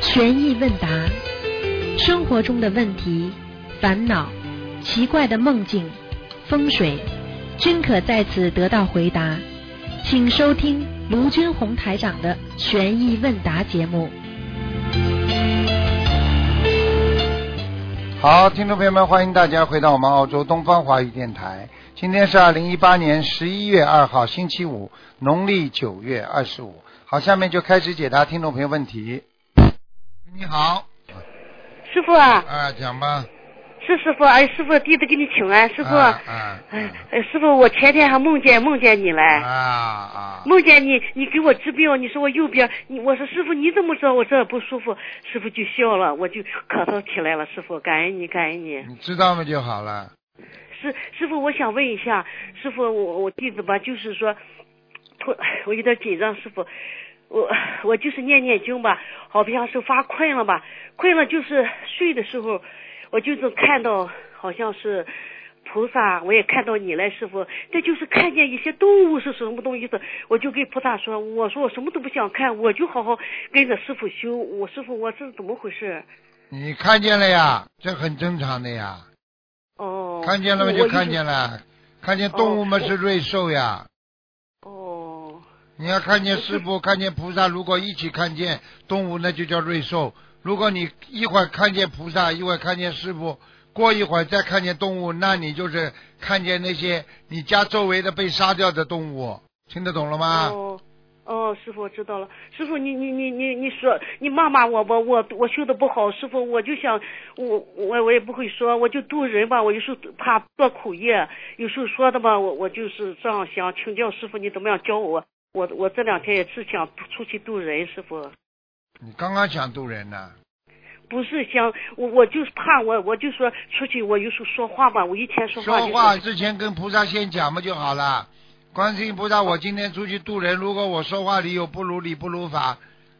悬疑问答，生活中的问题、烦恼、奇怪的梦境、风水，均可在此得到回答。请收听卢军红台长的悬疑问答节目。好，听众朋友们，欢迎大家回到我们澳洲东方华语电台。今天是二零一八年十一月二号，星期五，农历九月二十五。好，下面就开始解答听众朋友问题。你好，师傅啊，啊，讲吧，是师傅，哎，师傅，弟子给你请安，师傅，啊啊哎，哎师傅，我前天还梦见梦见你啊了，啊，梦见你，你给我治病，你说我右边，你我说师傅你怎么知道我这儿不舒服？师傅就笑了，我就咳嗽起来了，师傅，感恩你，感恩你。你知道吗就好了。师师傅，我想问一下，师傅，我我弟子吧，就是说，突 我有点紧张，师傅，我我就是念念经吧，好比像是发困了吧，困了就是睡的时候，我就是看到好像是。菩萨，我也看到你了，师傅。这就是看见一些动物是什么东西的，我就跟菩萨说，我说我什么都不想看，我就好好跟着师傅修。我师傅，我这是怎么回事？你看见了呀，这很正常的呀，哦，看见了吗？我哦就一直看见了，看见动物嘛是瑞兽呀。哦，你要看见师傅，看见菩萨，如果一起看见动物，那就叫瑞兽；如果你一会儿看见菩萨，一会儿看见师傅，过一会儿再看见动物，那你就是看见那些你家周围的被杀掉的动物，听得懂了吗？哦哦，师傅我知道了。师傅，你你你你你说你骂骂我吧，我我修的不好，师傅我就想我我我也不会说，我就渡人吧，我有时候怕做口业，有时候说的吧，我我就是这样想，请教师傅你怎么样教我。我我这两天也是想出去渡人，师傅你刚刚想渡人呢、不是想我我就是怕我我就说出去我有时候说话吧，我以前说话、就说是、话之前跟菩萨先讲嘛就好了。观世音菩萨，我今天出去渡人，如果我说话里有不如理、不如法，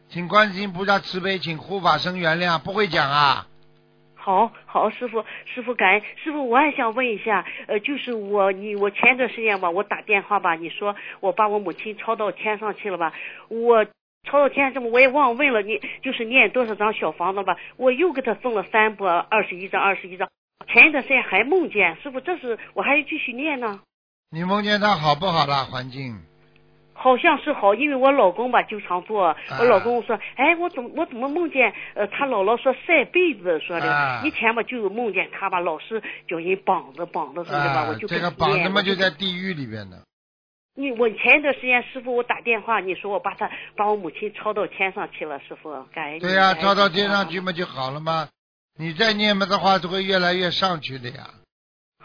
请观世音菩萨慈悲，请护法神原谅。不会讲啊？好好，师傅，师傅感恩，师傅，我还想问一下，呃，就是我你我前段时间吧，我打电话吧，你说我把我母亲抄到天上去了吧，我抄到天上我也忘问了你，就是念多少张小房子吧，我又给他送了三波二十一张，二十一张。前一段时间还梦见，师傅，这是我还要继续念呢，你梦见他好不好啦？环境？好像是好，因为我老公吧经常做，我老公说，哎，我怎么我怎么梦见呃他姥姥说晒被子说的，啊以前吧就梦见他吧老是叫人绑着绑着什么的吧，啊我，就这跟个他绑念他妈我就就在地狱里边呢。你我前一段时间师傅我打电话你说我把他把我母亲抄到天上去了，师傅感恩你。对呀、感恩抄到你天上啊去嘛就好了嘛。你再念嘛的话，就会越来越上去的呀。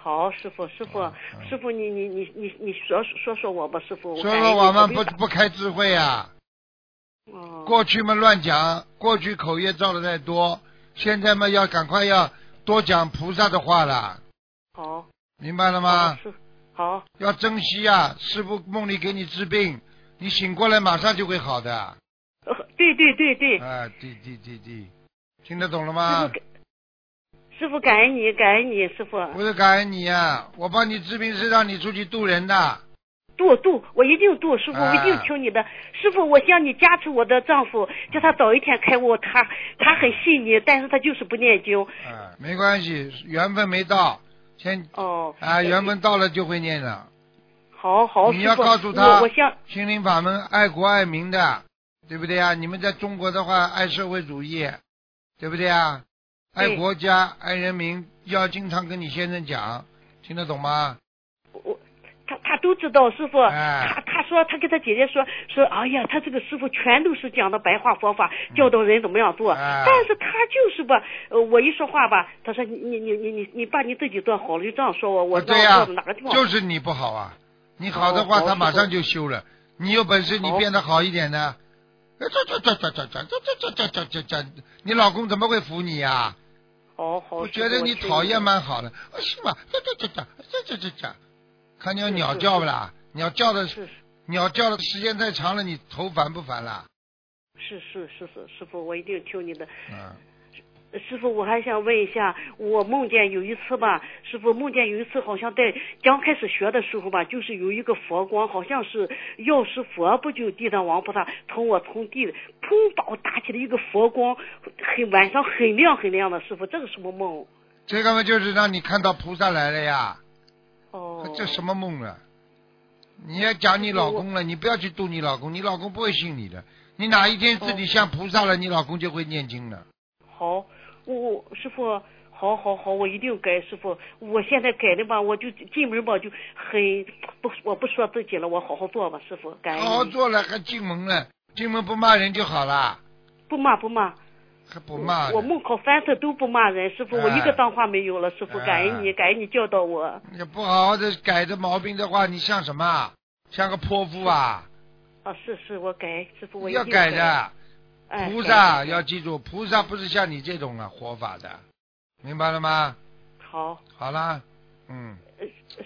好，师傅，师傅，师傅，你你你你你说说说我吧，师傅。所感以说恩你我们没有不打不开智慧啊，哦过去嘛乱讲，过去口业造的太多，现在嘛要赶快要多讲菩萨的话了，好明白了吗？是好要珍惜啊！师傅梦里给你治病，你醒过来马上就会好的。呃对对对对。啊，对对对对，听得懂了师吗傅？感，师傅感恩你，感恩你，师傅。不是感恩你啊，我帮你治病是让你出去渡人的。度度，我一定度，师傅，啊我一定听你的。师傅，我向你加持我的丈夫，叫他早一天开悟。他他很细腻，但是他就是不念经。啊，没关系，缘分没到，先哦。啊，缘呃。分到了就会念了。好好，你师要傅，告诉他我我向心灵法门爱国爱民的，对不对啊？你们在中国的话，爱社会主义，对不对啊？爱对国家，爱人民，要经常跟你先生讲，听得懂吗？我他他都知道，师傅。哎他他说他跟他姐姐说说，哎呀，他这个师傅全都是讲的白话佛法，嗯教导人怎么样做。哎但是他就是吧，呃，我一说话吧，他说你你你你你你把你自己做好了，就这样说我，我啊让对我呀、做的哪个地方就是你不好啊！你好的话，哦好他马上师就修了。你有本事，你好变得好一点呢。这这这这这这这这这这这，你老公怎么会服你呀、好好，我师觉傅得我你听讨你厌的蛮好的，啊是吗？这这这这这这这这，看见有是鸟是叫不啦？鸟叫的是鸟叫的时间太长了，你头烦不烦啦？是是是是，师傅，我一定听你的。嗯，师傅，我还想问一下，我梦见有一次吧，师傅梦见有一次，好像在刚开始学的时候吧，就是有一个佛光，好像是药师佛不就地藏王菩萨从我从地砰把我打起了一个佛光，很晚上很亮很亮的。师傅，这个什么梦？这个嘛就是让你看到菩萨来了呀，哦，这什么梦了？你要讲你老公了，你不要去度你老公，你老公不会信你的。你哪一天哦自己像菩萨了，你老公就会念经了。好，我我师傅，好好好，我一定改，师傅。我现在改的吧，我就进门吧，就很不，我不说自己了，我好好做吧，师傅。感恩好好你，做了还进门了，进门不骂人就好啦，不骂不骂，还不骂人。我梦考三次都不骂人，师傅，我一个哎脏话没有了，师傅，感恩你，哎感恩你教导我。你不好好的改这毛病的话，你像什么啊？像个泼妇啊！啊，是是，我改，师傅，我一要定改改。的，哎，菩改萨要记住，菩萨不是像你这种啊活法的，明白了吗？好。好啦，嗯，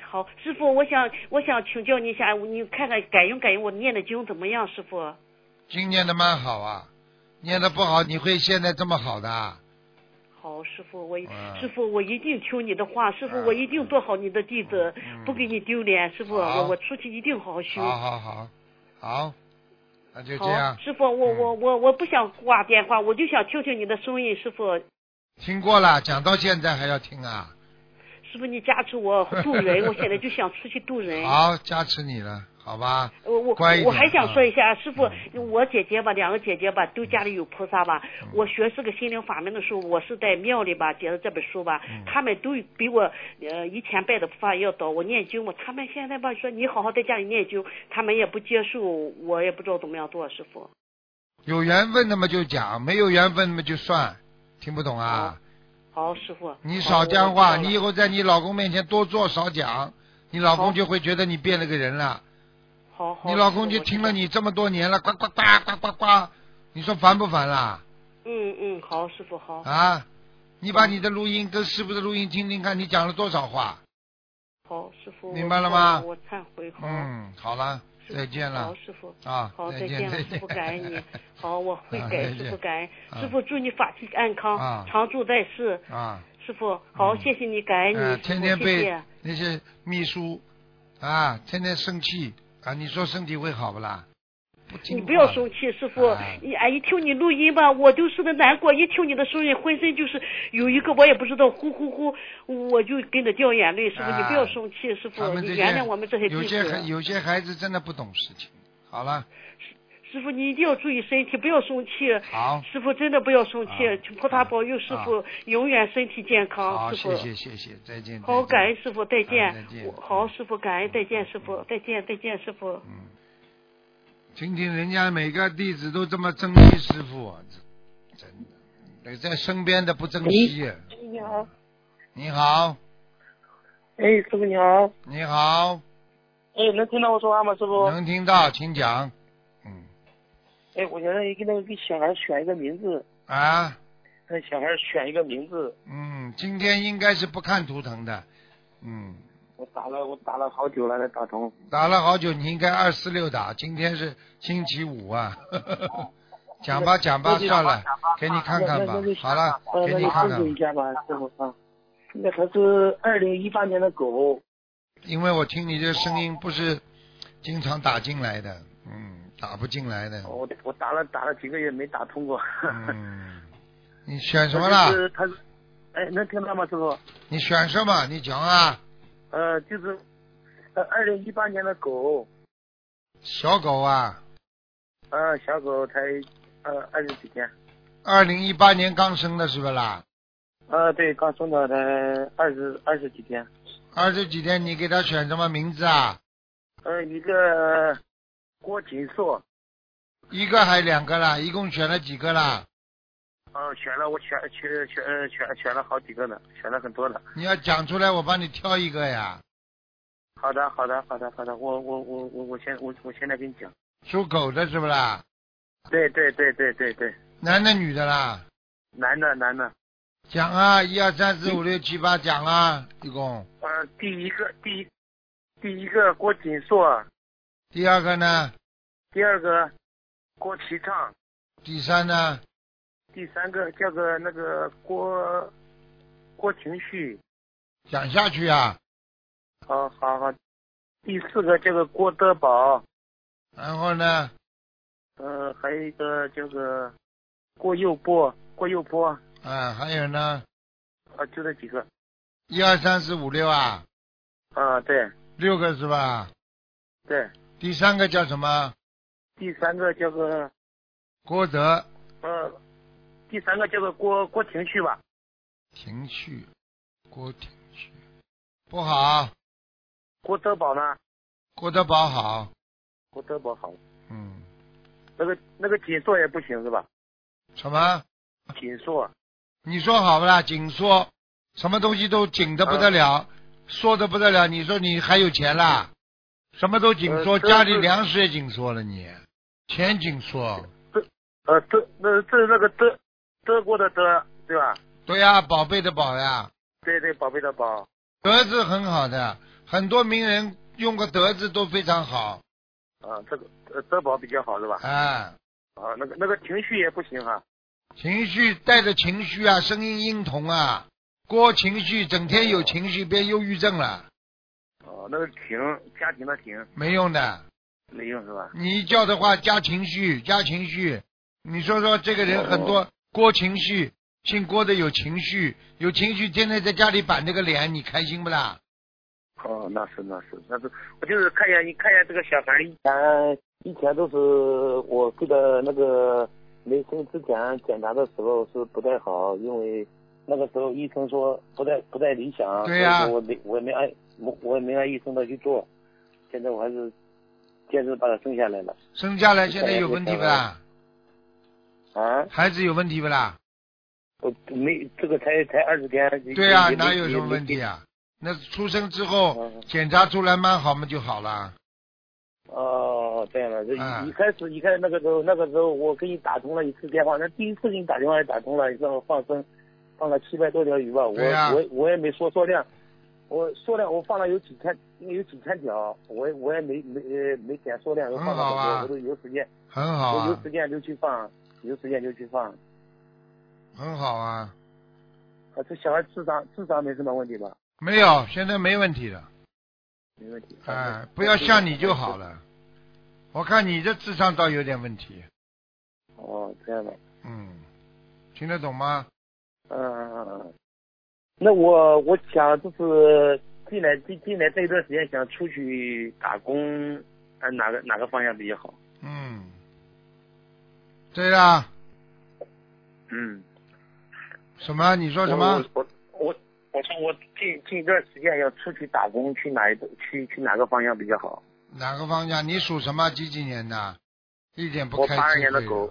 好，师傅，我想我想请教你一下，你看看改用改用我念的经怎么样，师傅？经念的蛮好啊，念的不好你会现在这么好的啊？好，师傅，我一嗯师傅，我一定听你的话，师傅，嗯我一定做好你的弟子，嗯不给你丢脸，师傅，好我我出去一定好好修。好好好，好，那就这好样，，师傅，我嗯我我我不想挂电话，我就想听听你的声音，师傅，听过了，讲到现在还要听啊？师傅你加持我 渡人，我现在就想出去渡人。好，加持你了，好吧？我呃我乖一点啊我还想说一下，师傅，嗯我姐姐吧，两个姐姐吧，都家里有菩萨吧。我学这个心灵法门的时候，我是在庙里吧，解了这本书吧嗯，他们都比我呃以前拜的菩萨要早。我念经嘛，他们现在吧说你好好在家里念经，他们也不接受，我也不知道怎么样做，师傅。有缘分的嘛就讲，没有缘分的嘛就算，听不懂啊？好，师傅，你好少讲话，哦我知道了你以后在你老公面前多做少讲，你老公好就会觉得你变了个人了。好好，你老师傅公就我知听道了你这么多年了，呱呱呱呱呱呱，你说烦不烦啦？嗯嗯，好，师傅好，啊，你把你的录音跟师傅的录音听听看，你讲了多少话？好，师傅，我明白了知道吗我忏悔，好，嗯，好了，师傅再见好，了师傅。啊好，，再见见， 了，再师见傅，感恩你。好，我会啊改，再师见傅感恩，啊师傅祝你法体安康，啊常驻在世。 啊，师傅，好，嗯谢谢你，感哎恩你，呃师傅天天谢被谢。那些秘书啊，天天生气啊，你说身体会好不啦？不听你话不要了生气，师傅啊，你哎，一听你录音吧，我就是的难过，一听你的声音，浑身就是有一个我也不知道，呼呼呼，我就跟着掉眼泪。师傅，啊你不要生气，师他傅，们这你些原谅我们这些有弟些孩子。有些孩子真的不懂事情。好了，师傅，你一定要注意身体，不要生气。好，师傅真的不要生气嗯啊，求菩萨保佑师傅永远身体健好，康。师傅谢，谢谢谢，再见。再好，见感恩师傅，再啊再见见。我好，师傅，感恩，再见，师傅，再见，再见，师傅。嗯听听人家每个弟子都这么珍惜师傅啊，真的，在身边的不珍惜。啊你好，你好，哎，师傅你好，你好，哎，能听到我说话吗，师傅？能听到，请讲。嗯哎，我现在给那个给小孩选一个名字，啊，那小孩选一个名字，嗯，今天应该是不看图腾的，嗯，我打了我打了好久了才打通。打了好久，你应该二四六打，今天是星期五啊。 讲吧讲吧，算了，给你看看吧那就。行好了，呃，给那你你看控看制一吧。下吧，师傅啊。那可是二零一八年的狗，因为我听你这声音不是经常打进来的，嗯，打不进来 的。我我打了打了几个月没打通过。嗯，你选 什么啦就？是他是，哎，能听到吗，师傅？你选什么？你讲啊。呃，就是，呃，二零一八年的狗，小狗啊，呃，小狗才呃二十几天。二零一八年刚生的是不啦？呃，对，刚生的才二十二十几天。二十几天你给它选什么名字啊？呃，一个郭锦硕，一个还两个啦？一共选了几个啦？呃，选了我选选选呃选选了好几个呢，选了很多的。你要讲出来，我帮你挑一个呀。好的，好的，好的，好的，我我我我我现我我现在跟你讲。属狗的是不啦？对对对对对对，男的女的啦？男的男的，讲啊，一二三四五六七八，讲啊，一共。呃，第一个第一第一个郭锦硕，第二个呢？第二个郭其畅，第三呢？第三个叫个那个郭郭廷旭，讲下去啊，好好好。第四个叫个郭德宝，然后呢，呃，还有一个叫个郭佑波，郭佑波，啊、啊，还有呢，就这几个，一二三四五六啊，啊、对六个是吧？对。第三个叫什么？第三个叫个郭德呃，第三个叫个郭郭廷旭吧，廷旭，郭廷旭，不好，郭德宝呢？郭德宝好，郭德宝好，嗯，那个那个锦硕也不行是吧？什么？锦硕，你说好不啦？紧缩，什么东西都紧的不呃得了，缩的不得了。你说你还有钱啦？什么都紧缩，呃这家里是粮食也紧缩了你，钱紧缩。呃，德那这是那个德德国的德对吧？对呀、宝贝的宝呀，对对，宝贝的宝，德字很好的，很多名人用个德字都非常好。啊、这个呃德宝比较好是吧？啊，啊、那个那个情绪也不行哈、情绪带着情绪啊，声音音同啊，过情绪，整天有情绪变忧郁症了，哦，那个停，家庭的停没用的。没用是吧？你一叫的话，加情绪，加情绪。你说说，这个人很多郭情绪，姓郭的有情绪，有情绪，天天在家里板着个脸，你开心不啦？哦，那是那是那是，我就是看见你看见这个小孩儿以前以前都是我记得那个没生之前检查的时候是不太好，因为那个时候医生说不太不太理想，对呀所以说我没我也没按我我也没按医生的去做，现在我还是坚持把他生下来了生下来现在有问题不啦？啊，孩子有问题不啦？我没这个才才二十天，对呀、也没哪有什么问题？啊？那出生之后嗯检查出来蛮好嘛就好了。哦，这样的，就啊一一开始一开始那个时候，那个时候我给你打通了一次电话，那第一次给你打电话也打通了，你让我放生，放了七百多条鱼吧，我、对呀我我也没说数量，我数量我放了有几千，有几千条，我也我也没没呃没减数量，我放了很好啊很多，我都有时间，很好我有啊，时间就去放，有时间就去放，啊，很好啊，这小孩智商智商没什么问题吧？没有，现在没问题了。没问题。哎，不要像你就好。了。我看你这智商倒有点问题。哦，这样的。嗯，听得懂吗？嗯，那我我想就是进来进进来这一段时间想出去打工，啊哪个哪个方向比较好？嗯，对呀，嗯，什么？你说什么？我我我我说我近近一段时间要出去打工，去哪一个去去哪个方向比较好？哪个方向？你属什么？几几年的？一点不我开八二智年的慧狗，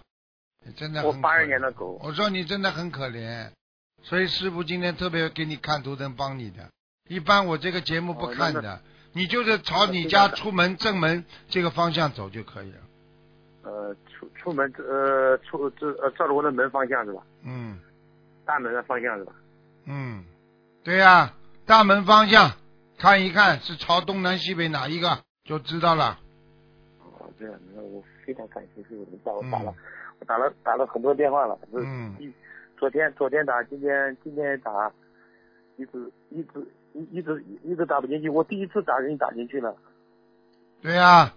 你真的我很八二可年怜的狗。我说你真的很可怜，所以师傅今天特别给你看图腾帮你的。一般我这个节目不哦看那的，你就是朝你知家道的出门正门这个方向走就可以了。呃，出出门呃出这呃照着我的门方向是吧？嗯大门的方向是吧？嗯，对呀、大门方向看一看是朝东南西北哪一个就知道了。哦，这样，那我非常感谢师傅，你下我打了，我打了打了很多电话了，就是嗯一昨天昨天打，今天今天也打，一直一直一一直一直打不进去，我第一次打给你打进去了，对呀、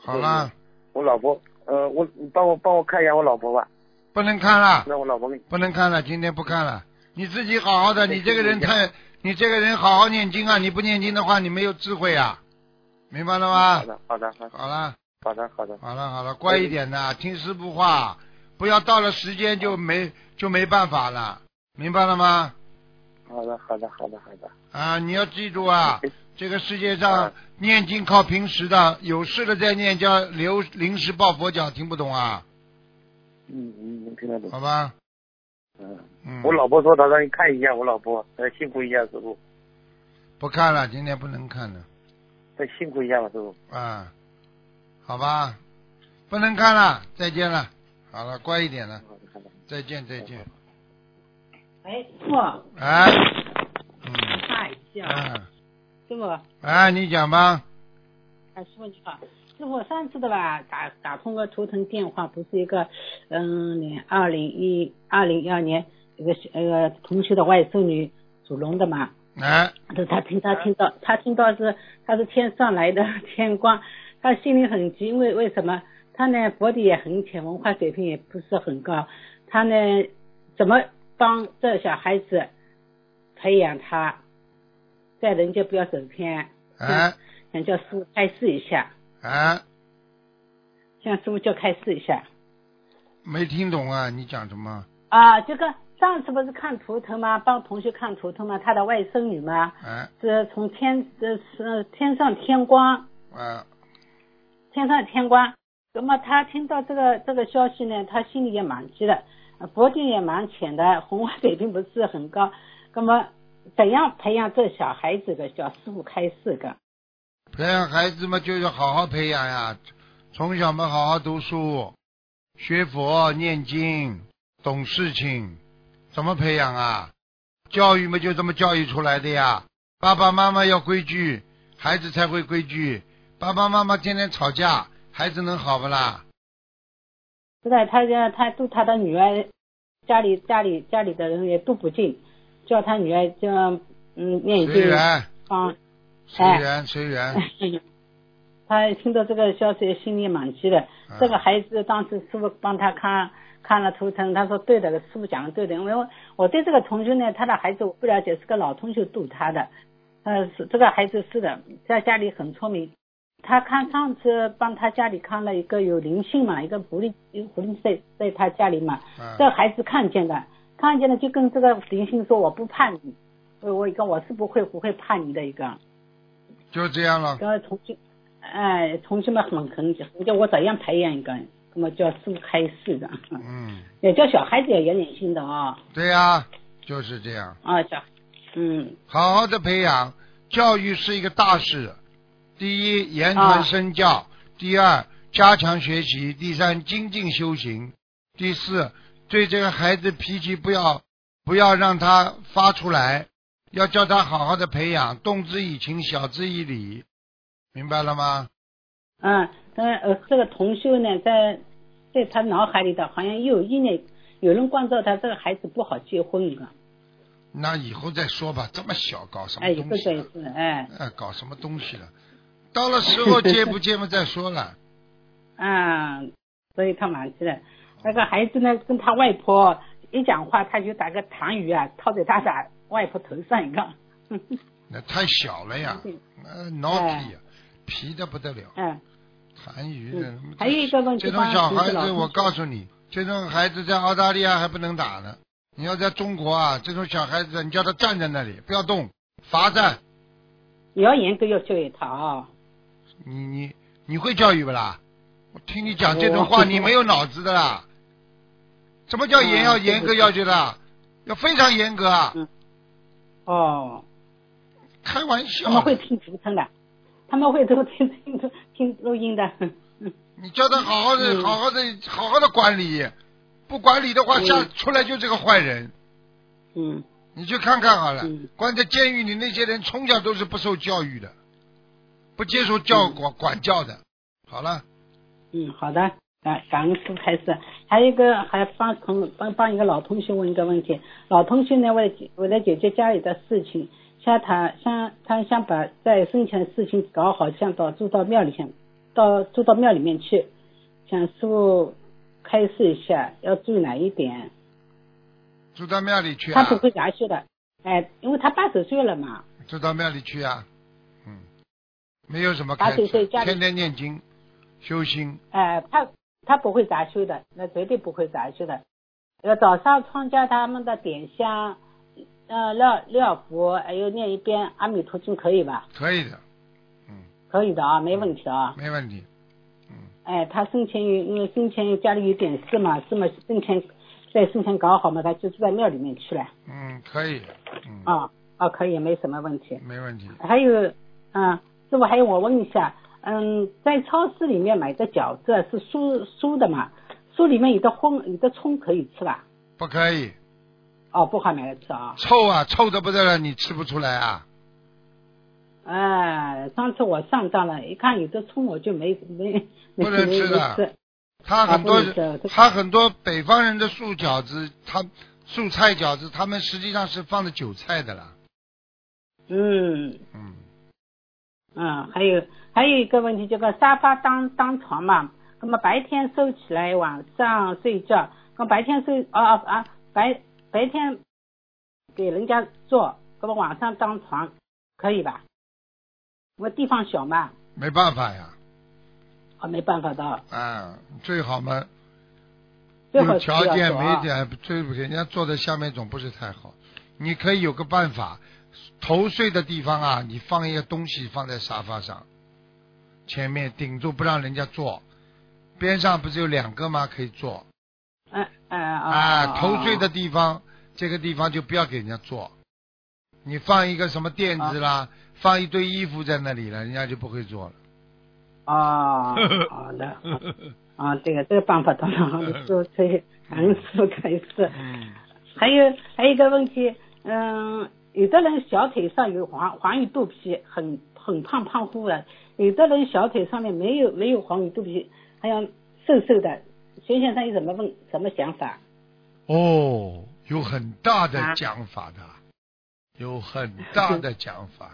好了，我老婆，呃，我你帮我帮我看一下我老婆吧，不能看了，让我老婆给你，不能看了，今天不看了。你自己好好的，对你这个人太，你这个人好好念经啊！你不念经的话，你没有智慧啊，明白了好吗？的好的好的好了，好的好的，好了，好了，乖一点呐，听师傅话，不要到了时间就没就没办法了，明白了吗？好的好的好的好的，啊，你要记住啊嗯，这个世界上嗯念经靠平时的，有事了再念叫留临时抱佛脚，听不懂啊？嗯嗯，能听得懂，好吧，嗯，嗯，我老婆说她让你看一下我老婆，呃，辛苦一下师傅，不看了，今天不能看了。再辛苦一下吧师傅，啊，好吧，不能看了，再见了，好了，乖一点了，好的好的，再见再见，哎，师傅，哎，嗯，看一下，啊，师傅，哎哎，你讲吧，哎，师傅你好，师傅上次的吧，打打通个图腾电话，不是一个，嗯，你二零一二零一二年一个呃同修的外孙女属龙的嘛，哎，他他听他听到他听到是他是天上来的 天光，他心里很急，因为为什么？他呢博的也很浅，文化水平也不是很高，他呢怎么帮这小孩子培养他，在人间不要走偏，哎，想叫师傅开示一下，哎，向师傅叫开示一下没听懂啊，你讲什么？啊，这个。上次不是看图腾吗？帮同学看图腾吗？他的外甥女吗？哎，是从天呃是天上天光，啊，天上天光。那么他听到这个这个消息呢，他心里也蛮急的，呃脖颈也蛮浅的，红花水平不是很高。那么怎样培养这小孩子的小师傅开四个？培养孩子嘛，就是好好培养呀，从小嘛好好读书，学佛念经，懂事情，怎么培养啊？教育嘛，就这么教育出来的呀。爸爸妈妈要规矩，孩子才会规矩。爸爸妈妈天天吵架，孩子能好不啦？是的，他家他对他的女儿，家里家里家里的人也都不敬，叫他女儿这样嗯念随经缘，帮。随缘，随缘。哎 他听到这个消息，心里蛮急的。啊哎这嗯个孩子当时师傅帮他看看了图腾，他说对的，师傅讲的对的。因为我对这个同学呢，他的孩子我不了解，是个老同学度他的。呃，是这个孩子是的，在家里很聪明。他看上次帮他家里看了一个有灵性嘛，一个狐狸，一个狐狸在在他家里嘛。这嗯个孩子看见的，看见了就跟这个灵性说我不怕你，我我一个我是不会不会怕你的一个。就这样了。然后同学，哎，同学们很很很叫我怎样培养一个，那么叫师傅开示的，嗯，也叫小孩子也有点心的啊、对呀、就是这样。啊小，嗯好好的培养，教育是一个大事。第一，言传身教；啊第二，加强学习；第三，精进修行；第四，对这个孩子脾气不要不要让他发出来，要叫他好好的培养，动之以情，晓之以理，明白了吗？嗯，但呃这个同修呢，在在他脑海里的好像有意呢，有人关照他这个孩子不好结婚一个，那以后再说吧，这么小搞什哎么有东个西这也了？是哎哎，搞什么东西了？到了时 候接不接嘛再说了。啊、所以他蛮气的。那个孩子呢，跟他外婆一讲话，他就打个痰盂啊，套在他的外婆头上一个，那太小了呀，呃，naughty 哎呀，皮的不得了，嗯。痰盂的。还有一个问题这种小孩帮子，同学我告诉你，这种孩子在澳大利亚还不能打呢。你要在中国啊，这种小孩子，你叫他站在那里，不要动，罚站。也要严格要教育他啊。你你你会教育不啦？我听你讲这种话，嗯我你没有脑子的啦。什么叫严嗯要严格对对要求的？要非常严格啊！嗯哦，开玩笑他们会的，听图腾的，他们会都听听听听录音的。 你叫他好好的、嗯好好的、好好的管理，不管理的话，嗯下出来就是个坏人。嗯你去看看好了，嗯关在监狱里那些人从小都是不受教育的，不接受教管、管教的。好了，嗯，好的。啊，感恩师傅开始。还有一个，还帮同帮帮一个老同学问一个问题。老同学呢，为了解为了解决家里的事情，像他像他想把在生前的事情搞好，想到住到庙里想到住到庙里面去，想师傅开示一下，要注意哪一点？住到庙里去他啊，不会拿去的，哎，因为他八九岁了嘛，住到庙里去啊，嗯，没有什么打开水始，水家里天天念经，修心，哎，他他不会杂修的，那绝对不会杂修的。要早上参加他们的点香，呃，料料佛，还有念一遍阿弥陀经，可以吧？可以的，嗯可以的啊，没问题啊。没问题。嗯哎，他生前有因为生前家里有点事嘛，事嘛生前在生前搞好嘛，他就住在庙里面去了嗯，可以，嗯，啊啊，可以，没什么问题。没问题。还有，嗯，师傅，还有我问一下，嗯，在超市里面买的饺子是酥酥的嘛？酥里面有的荤，有的葱可以吃吧？不可以，哦，不好买来吃啊。臭啊，臭的不得了，你吃不出来啊？哎，上次我上当了，一看有的葱我就没没没不能没吃的没吃他很多啊不能吃他很多北方人的素饺子，他素菜饺子，他们实际上是放的韭菜的啦。嗯嗯，嗯，还有还有一个问题，这个沙发当当床嘛，那么白天收起来，晚上睡觉，那白天收啊啊啊，白白天给人家做，那么晚上当床，可以吧？我地方小嘛，没办法呀，啊没办法的，啊，最好嘛，最好有是要条件走没啊点，哎对人家坐在下面总不是太好。你可以有个办法，头睡的地方啊，你放一个东西放在沙发上，前面顶住不让人家坐，边上不是有两个吗？可以坐嗯嗯啊啊，头睡的地方，这个地方就不要给人家坐。你放一个什么垫子啊啦，放一堆衣服在那里了，人家就不会坐了。哦，好的，啊，这个这个办法当然好，做这感恩师傅开始。嗯，还有还有一个问题，嗯，有的人小腿上有黄黄鱼肚皮，很很胖胖乎乎的；有的人小腿上面没有没有黄鱼肚皮，还有瘦瘦的。徐先生有什么问什么想法？哦，有很大的啊讲法的，有很大的讲法。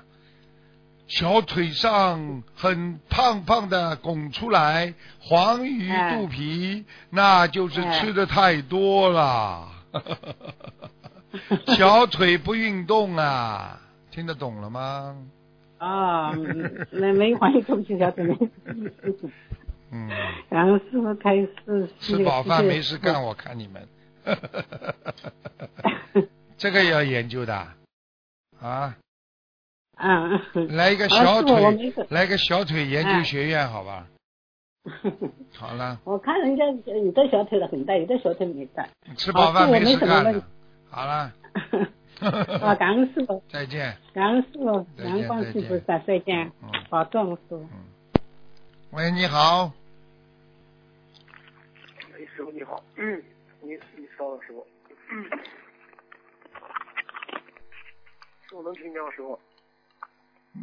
小腿上很胖胖的拱出来，黄鱼哎肚皮，那就是吃的太多了。哎 小腿不运动啊，听得懂了吗？啊、嗯没没黄鱼肚皮，小腿没。 嗯，然后师傅开始吃饱饭没事干，我。我看你们。这个也要研究的啊。嗯，嗯来一个小啊是我我没腿事，哎来个小腿研究学院，好吧？好了，我看人家有的小腿的很大，有的小腿没 大。吃饱饭没事干啊是我没什么问了题，好了， 啊，感恩师傅， 再见。感恩师傅，再见感恩观世菩萨，再见哦嗯，保重师傅。喂，你好，哎，师傅你好，嗯，你你稍等，师傅，嗯，师傅能听见吗，师傅？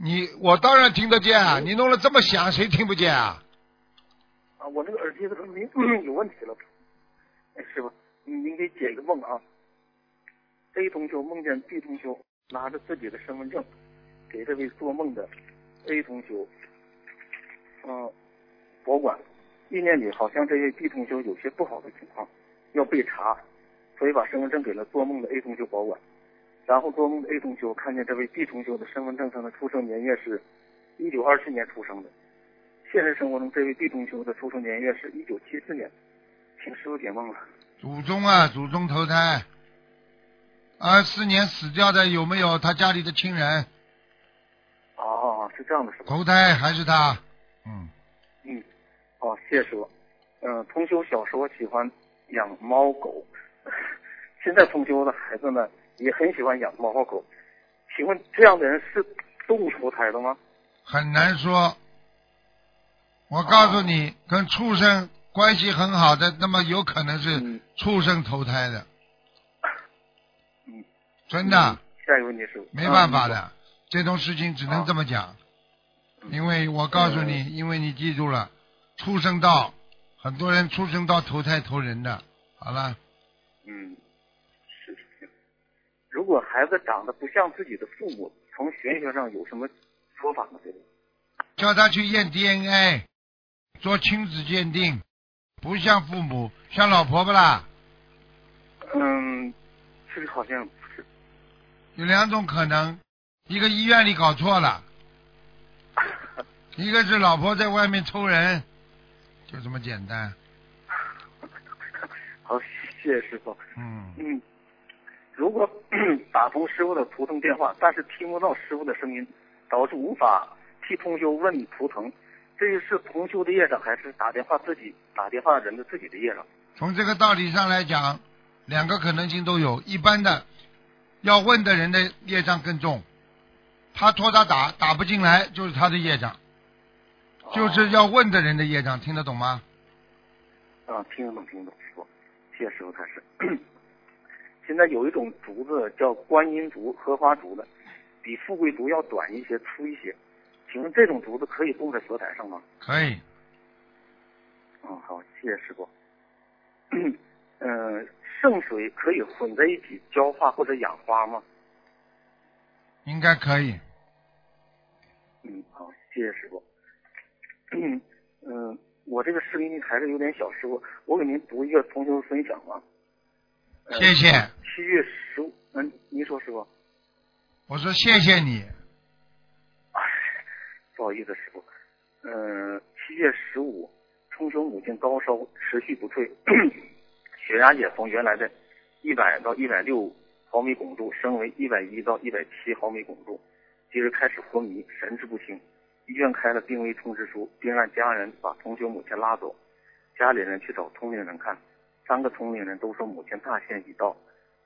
你我当然听得见啊，嗯你弄了这么响，谁听不见啊？啊，我这个耳机的明有问题了。哎，师傅，您给解一个梦啊。A 同学梦见 B 同学拿着自己的身份证给这位做梦的 A 同学，嗯、保管。意念里好像这位 B 同学有些不好的情况，要被查，所以把身份证给了做梦的 A 同学保管。然后做梦的 A 同学看见这位 B 同学的身份证上的出生年月是一九二七年出生的。现实生活中，这位地同修的出生年月是一九七四年，请师傅解梦了。祖宗啊，祖宗投胎，二四年死掉的有没有他家里的亲人？哦，是这样的，师傅。投胎还是他？嗯，嗯，哦，谢谢师傅。嗯、同修小时候喜欢养猫狗， 现在同修的孩子呢也很喜欢养猫和狗。请问这样的人是动物投胎的吗？很难说。我告哦诉你，跟畜生关系很好的，那么有可能是嗯畜生投胎的。嗯真的、嗯下一个问题，师傅。没办法嗯的，这种事情只能这么讲。哦因为我告诉你，嗯因为你记住了，畜生道，很多人畜生道投胎投人的。好了，嗯，是是这样。如果孩子长得不像自己的父母，从玄学上有什么说法吗？这个？叫他去验 DNA，做亲子鉴定，不像父母，像老婆不啦？嗯，这个好像不是。有两种可能，一个医院里搞错了，一个是老婆在外面抽人，就这么简单。好，谢谢师傅。嗯，嗯，如果 打通师傅的图腾电话，但是听不到师傅的声音，导致无法替同修问图腾，这是同修的业障，还是打电话自己打电话人的自己的业障？从这个道理上来讲，两个可能性都有。一般的要问的人的业障更重，他拖他打打不进来就是他的业障，就是要问的人的业障，听得懂吗？啊，啊听得懂，听得懂，师傅，谢谢师傅开 始。现在有一种竹子叫观音竹、荷花竹的，比富贵竹要短一些、粗一些。请问这种竹子可以种在佛台上吗？可以，嗯，好，谢谢师傅。 嗯、呃，圣水可以混在一起浇化或者养花吗？应该可以。嗯，好，谢谢师傅。 嗯、呃，我这个声音还是有点小，师傅，我给您读一个同修分享吧。呃谢谢。七月十五，嗯，您说师傅。我说谢谢你，哎，不好意思，师傅。嗯、呃，七月十五，冲绳母亲高烧持续不退，血压也从原来的一百到一百六毫米汞柱升为一百一到一百七毫米汞柱，接着开始昏迷，神志不清。医院开了病危通知书，并让家人把同学母亲拉走，家里人去找通灵人看。三个通灵人都说母亲大限已到，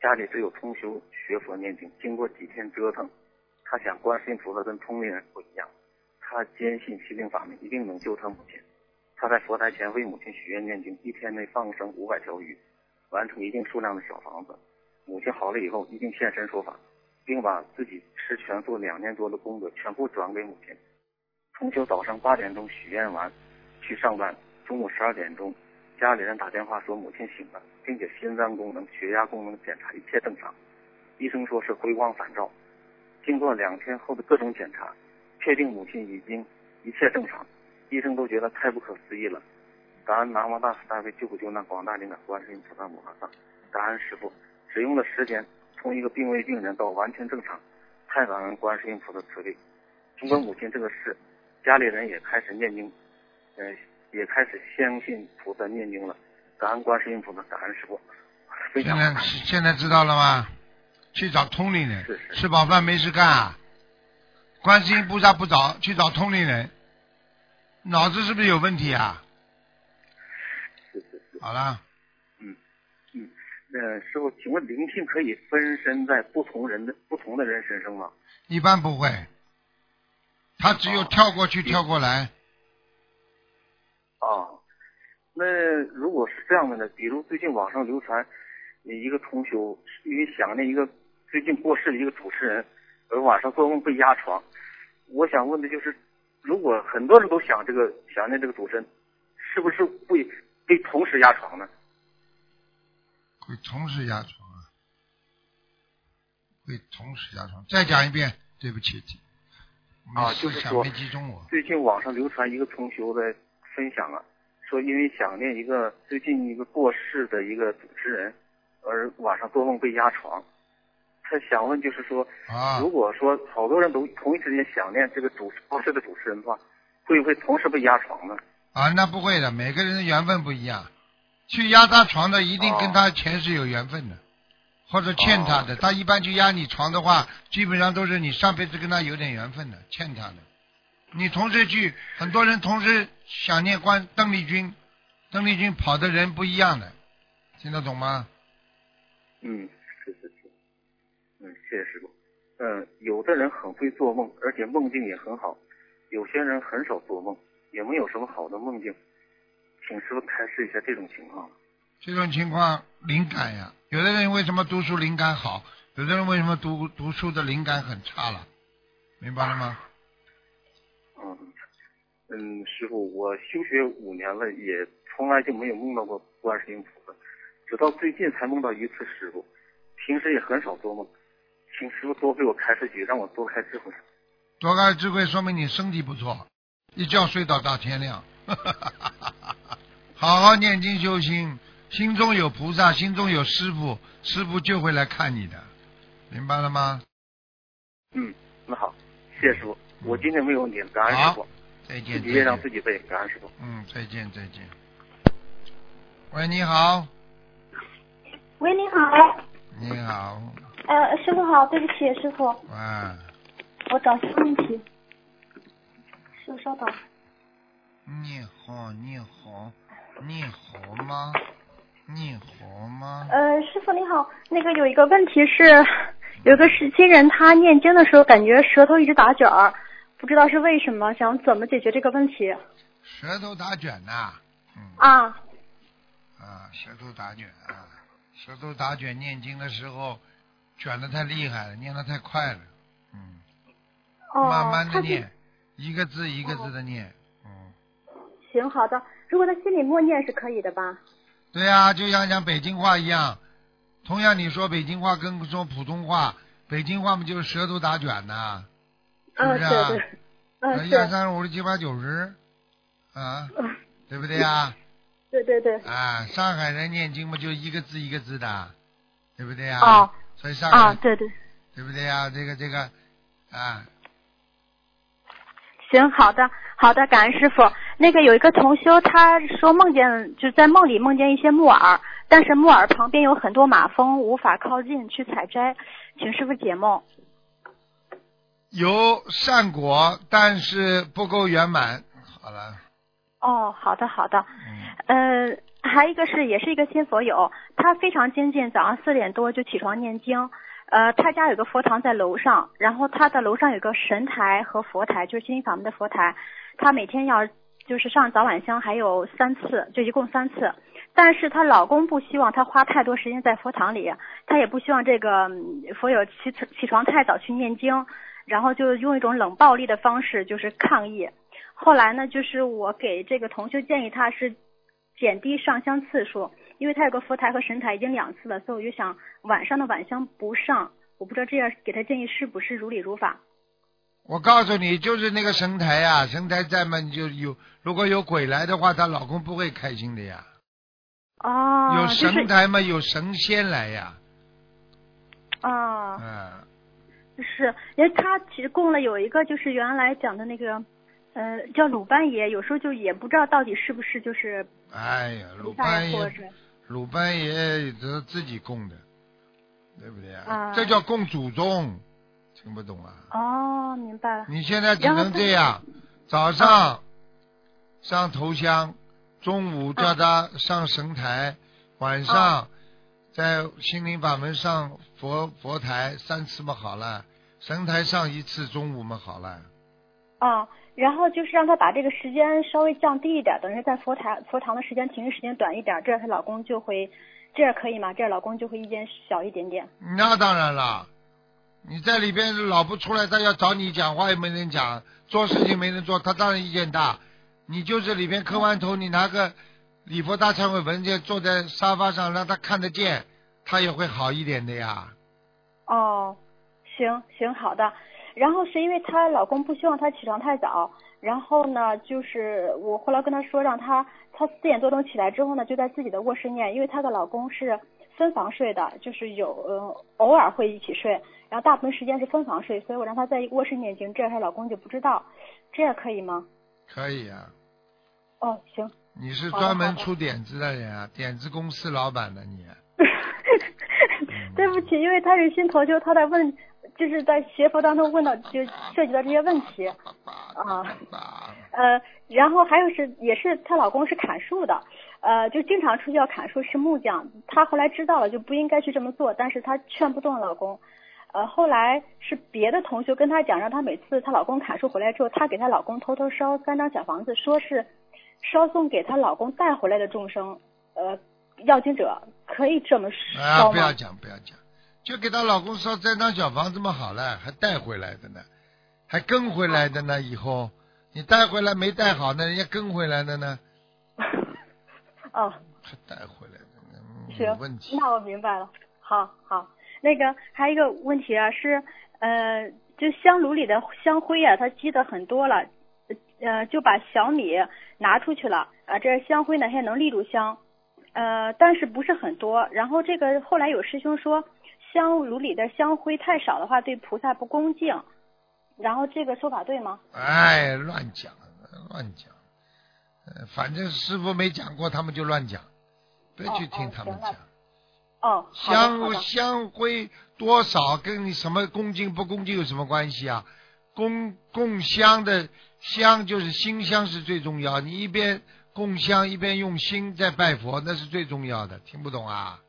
家里只有通修学佛念经。经过几天折腾，他想观世音菩萨跟通灵人不一样，他坚信七定法门一定能救他母亲。他在佛台前为母亲许愿念经，一天内放生五百条鱼，完成一定数量的小房子。母亲好了以后，一定现身说法，并把自己吃全素两年多的功德全部转给母亲。同修早上八点钟许愿完，去上班。中午十二点钟，家里人打电话说母亲醒了，并且心脏功能、血压功能检查一切正常，医生说是回光返照。经过两天后的各种检查，确定母亲已经一切正常，医生都觉得太不可思议了。感恩南无大慈大悲救苦救难广大灵感观世音菩萨摩诃萨，感恩师傅，只用了十天，从一个病危病人到完全正常，太感恩观世音菩萨慈悲。通过母亲这个事，家里人也开始念经，呃，也开始相信菩萨念经了，感恩观世音菩萨，感恩师傅，非现常在现在知道了吗？去找通灵人是，是吃饱饭没事干啊！观世音菩萨不找，去找通灵人，脑子是不是有问题啊？是是是，好了，呃，师傅，请问灵性可以分身在不同人的不同的人身上吗？一般不会，他只有哦跳过去嗯跳过来，啊，那如果是这样的呢？比如最近网上流传一个同修，因为想念一个最近过世的一个主持人，而晚上做梦被压床。我想问的就是，如果很多人都想这个想念这个主持人，是不是会被同时压床呢？会同时压床啊，会同时压床。再讲一遍，对不起，没啊就是思想说没集中我，最近网上流传一个同修的分享啊，说因为想念一个最近一个过世的一个主持人，而晚上做梦被压床。他想问就是说，啊如果说好多人都同一时间想念这个主过世的主持人的话，会不会同时被压床呢？啊，那不会的，每个人的缘分不一样，去压他床的一定哦跟他前世有缘分的，或者欠他的。他一般去压你床的话，基本上都是你上辈子跟他有点缘分的，欠他的。你同时去，很多人同时想念关邓丽君，邓丽君跑的人不一样的，听得懂吗？嗯，是是是，嗯，谢谢师傅。嗯，有的人很会做梦，而且梦境也很好；有些人很少做梦，也没有什么好的梦境。请师傅开示一下这种情况。这种情况灵感呀，有的人为什么读书灵感好，有的人为什么读读书的灵感很差了，明白了吗？嗯，嗯，师傅，我修学五年了，也从来就没有梦到过观世音菩萨，直到最近才梦到一次师傅，平时也很少做梦，请师傅多给我开示几句，让我多开智慧。多开智慧，说明你身体不错，一觉睡到大天亮。 好好念经修心，心中有菩萨，心中有师傅，师傅就会来看你的，明白了吗？嗯，那好，谢谢师傅，我今天没有问题了，感恩师傅好，再自见，己业再让见自己背，感恩师傅。嗯，再见，再见。喂，你好，喂，你好，你好，呃，师傅好，对不起，师傅，哇，我找下问题，师傅稍等，你好，你好，你好吗？你好吗？呃，师傅你好，那个有一个问题是，有一个是亲人他念经的时候感觉舌头一直打卷儿，不知道是为什么，想怎么解决这个问题舌头打卷呐、嗯。啊？啊，舌头打卷啊，舌头打卷，念经的时候卷的太厉害了，念的太快了，嗯，哦，慢慢的他是念，一个字一个字的念。嗯行，好的。如果他心里默念是可以的吧？对呀、就像讲北京话一样，同样你说北京话跟说普通话，北京话嘛就是舌头打卷呐、是不嗯，是对啊？对，嗯，一二是，三四五六七八九十，啊，嗯，对不对呀、对对对。啊？上海人念经嘛，就一个字一个字的，啊对不对呀、哦所以上海人、啊，对对，对不对呀、这个这个，啊，行，好的，好的，感恩师傅。那个有一个同修，他说梦见就在梦里梦见一些木耳，但是木耳旁边有很多马蜂，无法靠近去采摘，请师傅解梦。有善果，但是不够圆满。好了，哦，好的，好的。嗯，呃，还有一个是，也是一个新佛友，他非常精进，早上四点多就起床念经。呃，他家有个佛堂在楼上，然后他的楼上有个神台和佛台，就是心灵法门的佛台。他每天要就是上早晚香，还有三次，就一共三次。但是她老公不希望她花太多时间在佛堂里，她也不希望这个嗯佛友起起床太早去念经，然后就用一种冷暴力的方式就是抗议。后来呢，就是我给这个同修建议，他是减低上香次数，因为他有个佛台和神台已经两次了，所以我就想晚上的晚香不上。我不知道这样给他建议是不是如理如法。我告诉你，就是那个神台啊，神台在嘛，你就有如果有鬼来的话，她老公不会开心的呀。哦，有就是神台嘛，有神仙来呀，哦，嗯，是，因为他其实供了有一个就是原来讲的那个，呃，叫鲁班爷，有时候就也不知道到底是不是就是哎呀，鲁菩萨班呀或者爷，鲁班爷这自己供的，对不对啊啊这叫供祖宗，听不懂啊？哦，明白了，你现在只然后能他啊这样，早上上头香，中午啊叫他上神台，晚上在心灵法门上佛佛台三次嘛好了，神台上一次，中午嘛好了。哦，然后就是让他把这个时间稍微降低一点，等于在佛台佛堂的时间停止时间短一点，这样她老公就会，这样可以吗？这样老公就会意见小一点点。那当然了，你在里边老不出来，他要找你讲话也没人讲，做事情没人做，他当然意见大。你就是里边磕完头，你拿个礼佛大忏悔文件坐在沙发上，让他看得见，他也会好一点的呀。哦，行行，好的。然后是因为她老公不希望她起床太早，然后呢，就是我后来跟她说，让她她四点多钟起来之后呢，就在自己的卧室念，因为她的老公是分房睡的，就是有呃偶尔会一起睡，然后大部分时间是分房睡，所以我让她在卧室念经，这样她老公就不知道，这样可以吗？可以啊，哦，行，你是好的专门好的出点子的人啊，点子公司老板的你。 对不起，因为她是新同修，她在问，就是在学佛当中问到，就涉及到这些问题。啊啊，呃，然后还有是，也是她老公是砍树的，呃，就经常出去要砍树，是木匠。她后来知道了，就不应该去这么做，但是她劝不动老公。呃，后来是别的同学跟她讲，让她每次她老公砍树回来之后，她给她老公偷偷烧三张小房子，说是烧送给她老公带回来的众生，呃，要经者可以这么啊，烧不吗？要讲，不要讲，就给她老公烧这张小房子嘛好了，还带回来的呢，还跟回来的呢。以后你带回来没带好呢，人家跟回来的呢，哦，还带回来的呢，嗯有行问，题。那我明白了。好好，那个还有一个问题啊，是呃，就香炉里的香灰啊，它积的很多了，呃，就把小米拿出去了啊，这香灰呢，它也能立住香，呃，但是不是很多。然后这个后来有师兄说，香炉里的香灰太少的话，对菩萨不恭敬。然后这个说法对吗？哎，乱讲，乱讲，呃反正师傅没讲过，他们就乱讲，别去哦听哦他们行讲。了哦，好的好香的香灰多少跟你什么恭敬不恭敬有什么关系啊？供供香的香就是心香是最重要，你一边供香一边用心在拜佛，那是最重要的。听不懂啊？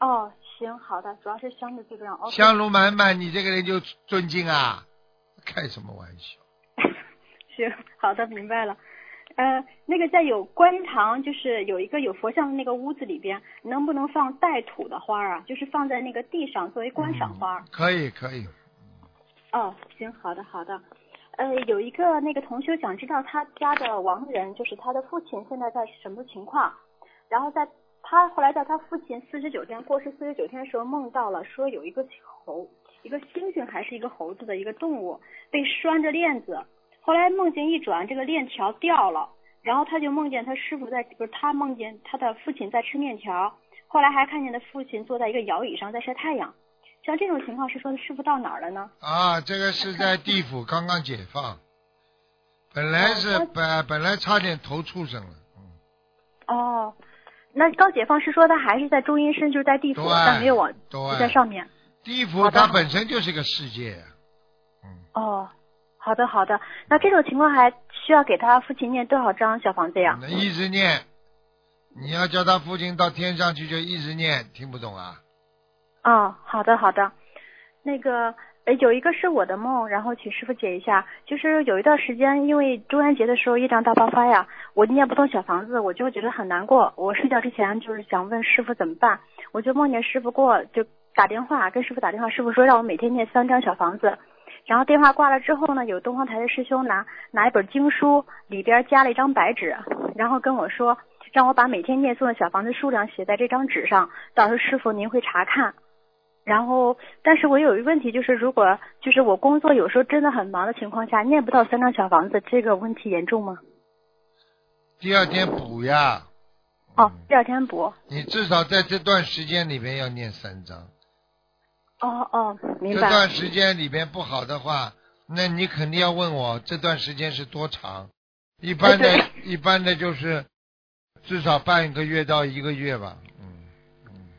哦，行好的，主要是香的最重要。OK 香炉满满，你这个人就尊敬啊？开什么玩笑？ 行，好的，明白了。呃，那个在有观音堂，就是有一个有佛像的那个屋子里边，能不能放嗯带土的花儿啊？就是放在那个地上作为观赏花儿。可以可以，哦，行，好的，好的。呃，有一个那个同修想知道他家的亡人，就是他的父亲现在在什么情况，然后在他后来在他父亲四十九天过世四十九天的时候梦到了说有一个猴，一个猩猩还是一个猴子的一个动物被拴着链子，后来梦境一转，这个链条掉了，然后他就梦见他师傅在，不是他梦见他的父亲在吃面条，后来还看见他父亲坐在一个摇椅上在晒太阳，像这种情况是说师傅到哪儿了呢？啊，这个是在地府刚刚解放，本来是哦本本来差点投畜生了，嗯哦，那高解放是说他还是在中阴身，就是在地府，对但没有往对在上面。啊地好府的它本身就是个世界，啊嗯，哦，好的好的，那这种情况还需要给他父亲念多少张小房子呀？那一直念，你要叫他父亲到天上去就一直念，听不懂啊？哦，好的好的，那个。呃有一个是我的梦，然后请师傅解一下。就是有一段时间，因为中元节的时候业障大爆发呀，我念不动小房子，我就会觉得很难过。我睡觉之前就是想问师傅怎么办，我就梦见师傅给我就打电话，跟师傅打电话，师傅说让我每天念三张小房子。然后电话挂了之后呢，有东方台的师兄拿拿一本经书，里边加了一张白纸，然后跟我说，让我把每天念诵的小房子数量写在这张纸上，到时候师傅您会查看。然后，但是我有一个问题，就是如果就是我工作有时候真的很忙的情况下，念不到三张小房子，这个问题严重吗？第二天补呀，哦，嗯第二天补。你至少在这段时间里面要念三章，哦哦，明这白。段时间里面不好的话，那你肯定要问我这段时间是多长，一般的、哎一般的就是至少半个月到一个月吧，嗯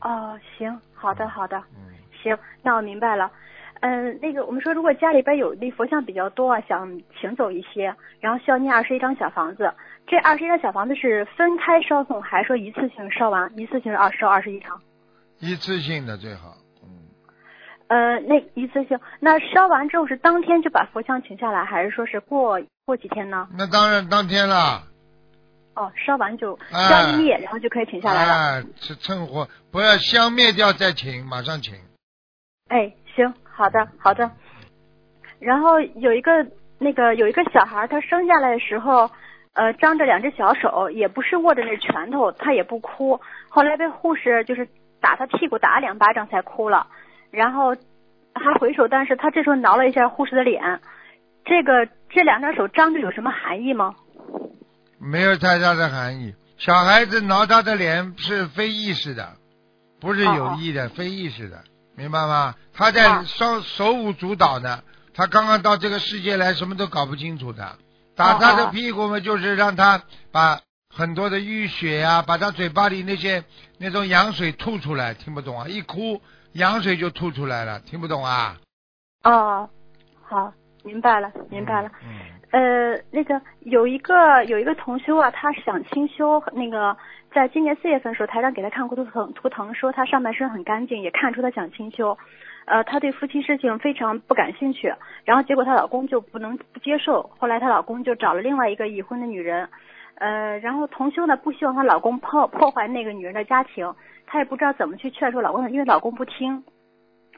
哦，行，好的好的，嗯。行，那我明白了。嗯，那个我们说，如果家里边有那佛像比较多啊，想请走一些，然后需要念二十一张小房子。这二十一张小房子是分开烧送，还是说一次性烧完？一次性是二烧二十一张？一次性的最好，嗯，呃，那一次性，那烧完之后是当天就把佛像请下来，还是说是过过几天呢？那当然当天啦，哦，烧完就哎消一灭，然后就可以请下来了。哎，趁趁火不要香灭掉再请，马上请。哎，行，好的，好的。然后有一个那个有一个小孩儿，他生下来的时候，呃，张着两只小手，也不是握着那拳头，他也不哭。后来被护士就是打他屁股打了两巴掌才哭了，然后还回手，但是他这时候挠了一下护士的脸。这个这两张手张着有什么含义吗？没有太大的含义。小孩子挠他的脸是非意识的，不是有意哦的，非意识的，明白吗？他在啊手手舞足蹈呢，他刚刚到这个世界来，什么都搞不清楚的。打他的屁股嘛，就是让他把很多的淤血啊，把他嘴巴里那些那种羊水吐出来，听不懂啊？一哭羊水就吐出来了，听不懂啊？哦，好，明白了，明白了。嗯。呃，那个有一个有一个同修啊，他想清修，那个在今年四月份的时候，台长给他看过图腾，图腾说他上半身很干净，也看出他想清修。呃，她对夫妻事情非常不感兴趣，然后结果她老公就不能不接受，后来她老公就找了另外一个已婚的女人，呃，然后同修呢不希望她老公破破坏那个女人的家庭，她也不知道怎么去劝说老公，因为老公不听，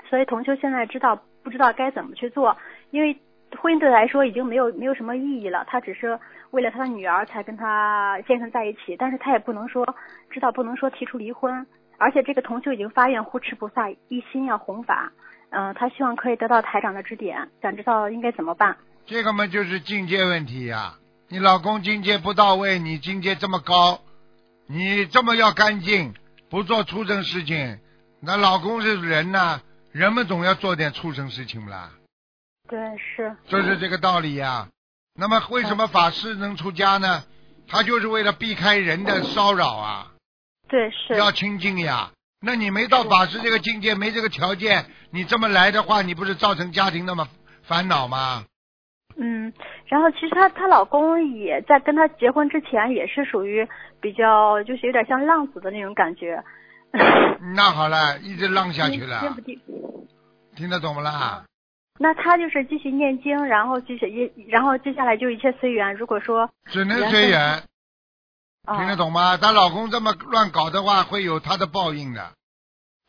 所以同修现在知道不知道该怎么去做，因为婚姻对他来说已经没有没有什么意义了，他只是为了他的女儿才跟他先生在一起，但是他也不能说知道不能说提出离婚，而且这个同修已经发愿护持菩萨，一心要弘法，嗯、他希望可以得到台长的指点，想知道应该怎么办。这个嘛就是境界问题呀、你老公境界不到位，你境界这么高，你这么要干净，不做畜生事情，那老公是人呐、人们总要做点畜生事情啦，对，是，就是这个道理呀、那么为什么法师能出家呢？他就是为了避开人的骚扰啊，对是，要清净呀。那你没到法师这个境界，没这个条件，你这么来的话，你不是造成家庭那么烦恼吗？嗯，然后其实她她老公也在跟她结婚之前也是属于比较就是有点像浪子的那种感觉，那好了，一直浪下去天不了，地。听得懂不啦？那他就是继续念经，然后继续一，然后接下来就一切随缘。如果说只能随缘，啊，听得懂吗？她老公这么乱搞的话，会有她的报应的。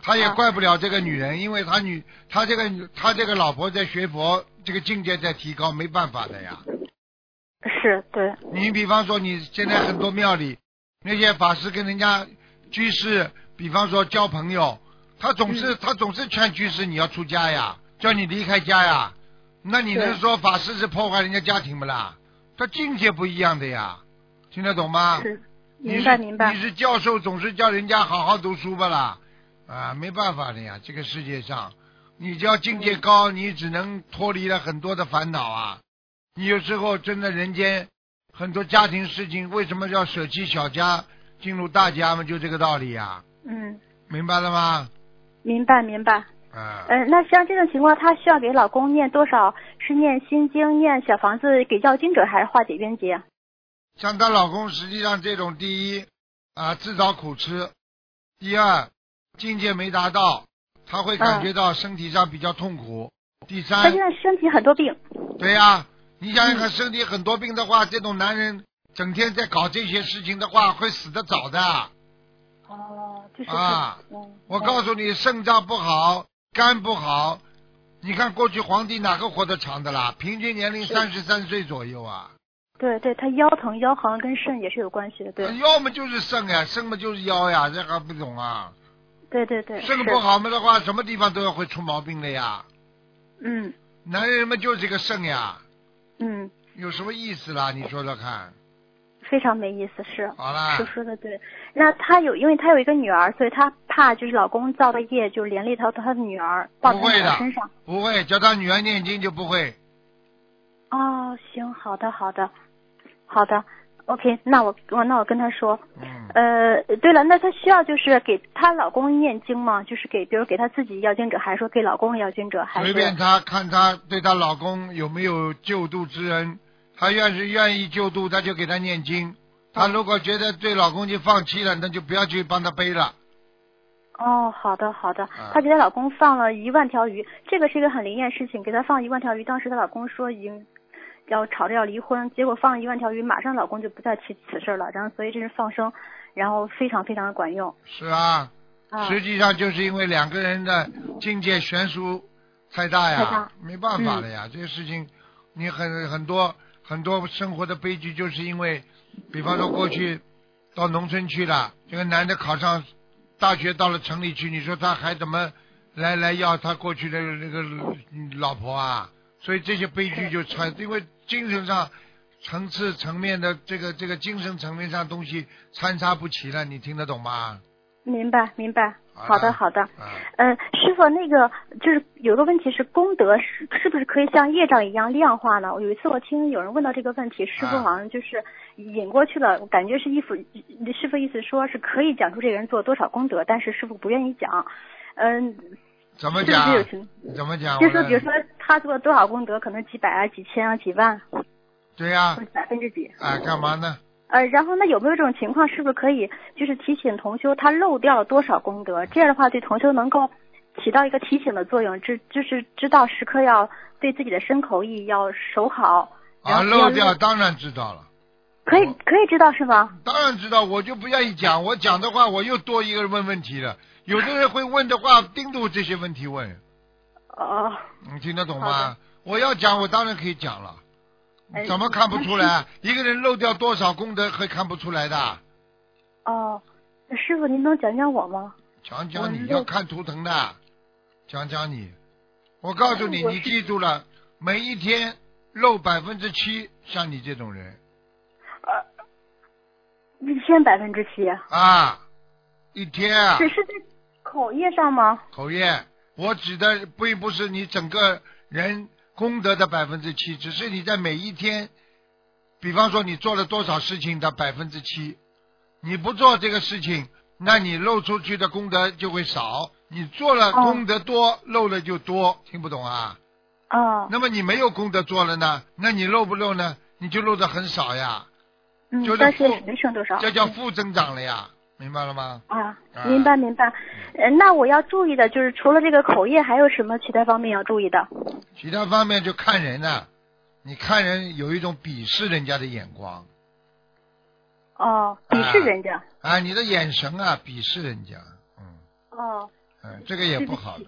他也怪不了这个女人，因为他女他这个他这个老婆在学佛，这个境界在提高，没办法的呀。是对，你比方说，你现在很多庙里那些法师跟人家居士，比方说交朋友，他总是、他总是劝居士你要出家呀，叫你离开家呀。那你能对说法师是破坏人家家庭不啦？他境界不一样的呀，听得懂吗？是你明是白明白你是教授，总是叫人家好好读书吧啦？啊，没办法的呀，这个世界上，你只要境界高，嗯你只能脱离了很多的烦恼啊。你有时候真的人间很多家庭事情，为什么要舍弃小家进入大家嘛？就这个道理呀、嗯，明白了吗？明白明白。啊，嗯，那像这种情况，她需要给老公念多少？是念心经、念小房子给要经者，还是化解冤结？啊像她老公实际上这种，第一啊自找苦吃，第二境界没达到，她会感觉到身体上比较痛苦。第她三现，在嗯身体很多病，对呀、你想想看，身体很多病的话，这种男人整天在搞这些事情的话，会死得早的。哦，就是啊嗯，我告诉你，肾脏不好，肝不好。你看过去皇帝哪个活得长的啦？平均年龄三十三岁左右啊。对对，她腰疼腰横跟肾也是有关系的，对要么就是肾呀，肾么就是腰呀，这还不懂啊？对对对，肾是不，好嘛的话，什么地方都要会出毛病的呀。嗯男人们就是这个肾呀，嗯，有什么意思啦？你说说看。非常没意思，是。好啦叔，说的对，那她有，因为她有一个女儿，所以她怕就是老公造的业，就连累到她的女儿，报她不会女儿的身上。不会，叫他女儿念经就不会。哦，行，好的，好的，好的，OK，那我我那我跟她说，嗯，呃，对了，那她需要就是给她老公念经吗？就是给，比如给她自己要经者，还是说给老公要经者，还随是便她看她对她老公有没有救度之恩，她要是愿意救度，她就给她念经。她如果觉得对老公就放弃了，那就不要去帮她背了。哦，好的好的啊，她给她老公放了一万条鱼，这个是一个很灵验的事情，给她放一万条鱼，当时她老公说已经要吵着要离婚，结果放了一万条鱼，马上老公就不再提此事了，然后所以这是放生，然后非常非常的管用是啊，啊，实际上就是因为两个人的境界悬殊太大呀，太大嗯没办法了呀，这个事情你很很多很多生活的悲剧，就是因为，比方说过去到农村去了，这个男的考上大学到了城里去，你说他还怎么来来要他过去的那个嗯老婆啊？所以这些悲剧就产，因为精神上层次层面的这个这个精神层面上东西参差不齐了，你听得懂吗？明白明白，啊好的好的，啊。嗯，师傅那个就是有个问题是功德是是不是可以像业障一样量化呢？有一次我听有人问到这个问题，师傅啊好像就是引过去了，我感觉是意思师傅意思说是可以讲出这个人做多少功德，但是师傅不愿意讲。嗯，怎是么不是有讲？情？怎么讲？就我是的比如说他做了多少功德，可能几百啊、几千啊、几万对呀、或者百分之几。啊，干嘛呢？呃，然后那有没有这种情况，是不是可以就是提醒同修他漏掉了多少功德？这样的话对同修能够起到一个提醒的作用，知就是知道时刻要对自己的身口意要守好。然啊，后不要漏掉当然知道了，可嗯以可以知道是吗？当然知道，我就不愿意讲，我讲的话我又多一个问问题了。有的人会问的话，盯住这些问题问，哦、你听得懂好吗的？我要讲，我当然可以讲了哎。怎么看不出 来？一个人漏掉多少功德会看不出来的？哦，师傅您能讲讲我吗？讲讲我你漏要看图腾的，讲讲你。我告诉你，我你记住了，每一天漏百分之七，像你这种人，一千百分之七，啊，一天啊只，是在口业上吗？口业，我指的并不是你整个人功德的百分之七，只是你在每一天，比方说你做了多少事情的百分之七，你不做这个事情，那你漏出去的功德就会少；你做了哦功德多，漏了就多，听不懂啊？哦，那么你没有功德做了呢，那你漏不漏呢？你就漏的很少呀，嗯就是，但是负没剩多少。这叫负增长了呀，明白了吗？啊啊，明白明白。呃，那我要注意的就是除了这个口业，还有什么其他方面要注意的？其他方面就看人呐、你看人有一种鄙视人家的眼光哦，鄙视人家。啊啊，你的眼神啊，鄙视人家，嗯，哦，嗯，这个也不好的，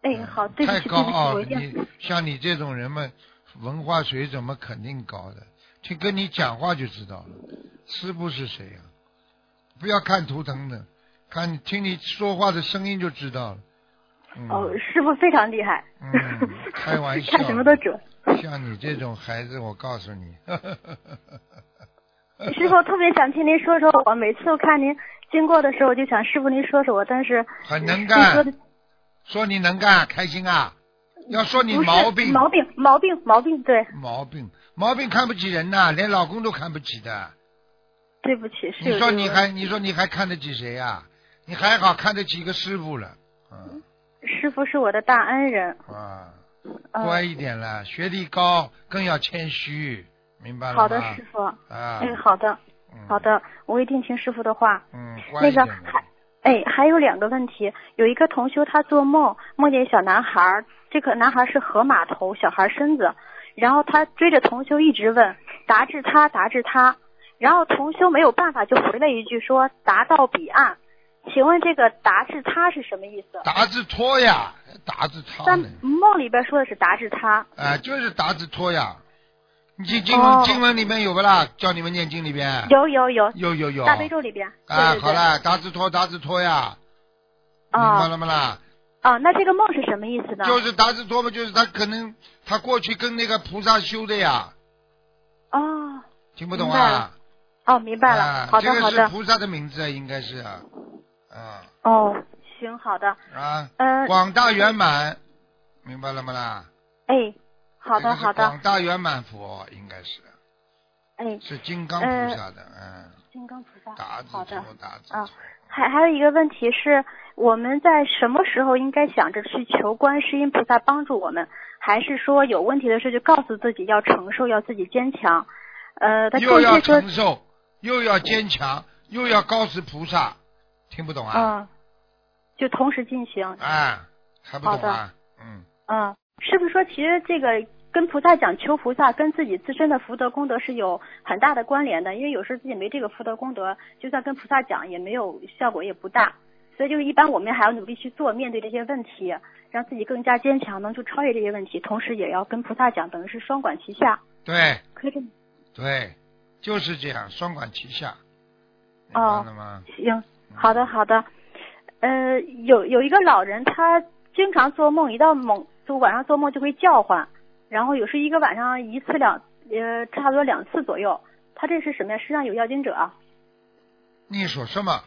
哎，好，对嗯不太起，对高不起，傲我了。一定你像你这种人嘛，文化水准嘛肯定高的，听跟你讲话就知道了，师傅是谁呀、不要看图腾的，看听你说话的声音就知道了。嗯、哦，师傅非常厉害， 嗯开玩笑看什么 都准。像你这种孩子，我告诉你， 师傅特别想听您说说我，每次我看您经过的时候，我就想师傅您说说我，但是很能您说干的，说你能干，开心啊！要说你不是毛病，毛病毛病毛病，对，毛病，毛病看不起人呐、连老公都看不起的。对不起，是有你说这个你还，你说你还看得起谁呀、你还好看得起一个师傅了，嗯师傅是我的大恩人，嗯，啊一点了，学历高更要谦虚，明白了吗？好的，师傅，啊，哎，好的，嗯好，的，我一定听师傅的话。嗯，乖那一个点还哎，还有两个问题，有一个同修他做梦梦见小男孩儿，这个男孩儿是河马头，小孩身子，然后他追着同修一直问达至他达至他，然后同修没有办法就回了一句说达到彼岸，请问这个达至他是什么意思？达字拖呀，达字他但呢？梦里边说的是达至他，啊，就是达字拖呀。你经经文哦经文里面有不啦？教你们念经里边有有有， 有哎有有大悲咒里边，对啊，对好对，啦，达字拖达字拖呀，明白哦了吗啦？哦，那这个梦是什么意思呢？就是达智多嘛，就是他可能他过去跟那个菩萨修的呀，哦听不懂明白啊了？哦，明白了，啊好的好这个的是，菩萨的名字啊，应该是啊，啊哦，行好的，啊，嗯。广大圆满，明白了吗啦？哎，好这的个是好的广，大圆满佛应该是哎，是金刚菩萨的，嗯，金刚菩萨，达智好的多达智啊多。还还有一个问题是，我们在什么时候应该想着去求观世音菩萨帮助我们，还是说有问题的时候就告诉自己要承受，要自己坚强？呃，他又要这些说承，受，又要坚强，又要高识菩萨，听不懂啊？嗯，就同时进行，啊，还不好懂啊？嗯。嗯，是不是说其实这个？跟菩萨讲求菩萨，跟自己自身的福德功德是有很大的关联的，因为有时候自己没这个福德功德，就算跟菩萨讲也没有效果，也不大。所以就是一般我们还要努力去做，面对这些问题，让自己更加坚强，能够超越这些问题，同时也要跟菩萨讲，等于是双管齐下。对可以这么对，就是这样，双管齐下，明哦白了吗？嗯行，好的好的。呃，有有一个老人，他经常做梦，一到梦就晚上做梦就会叫唤，然后有时一个晚上一次两呃差不多两次左右。他这是什么呀？身上有要经者啊。 你说什么？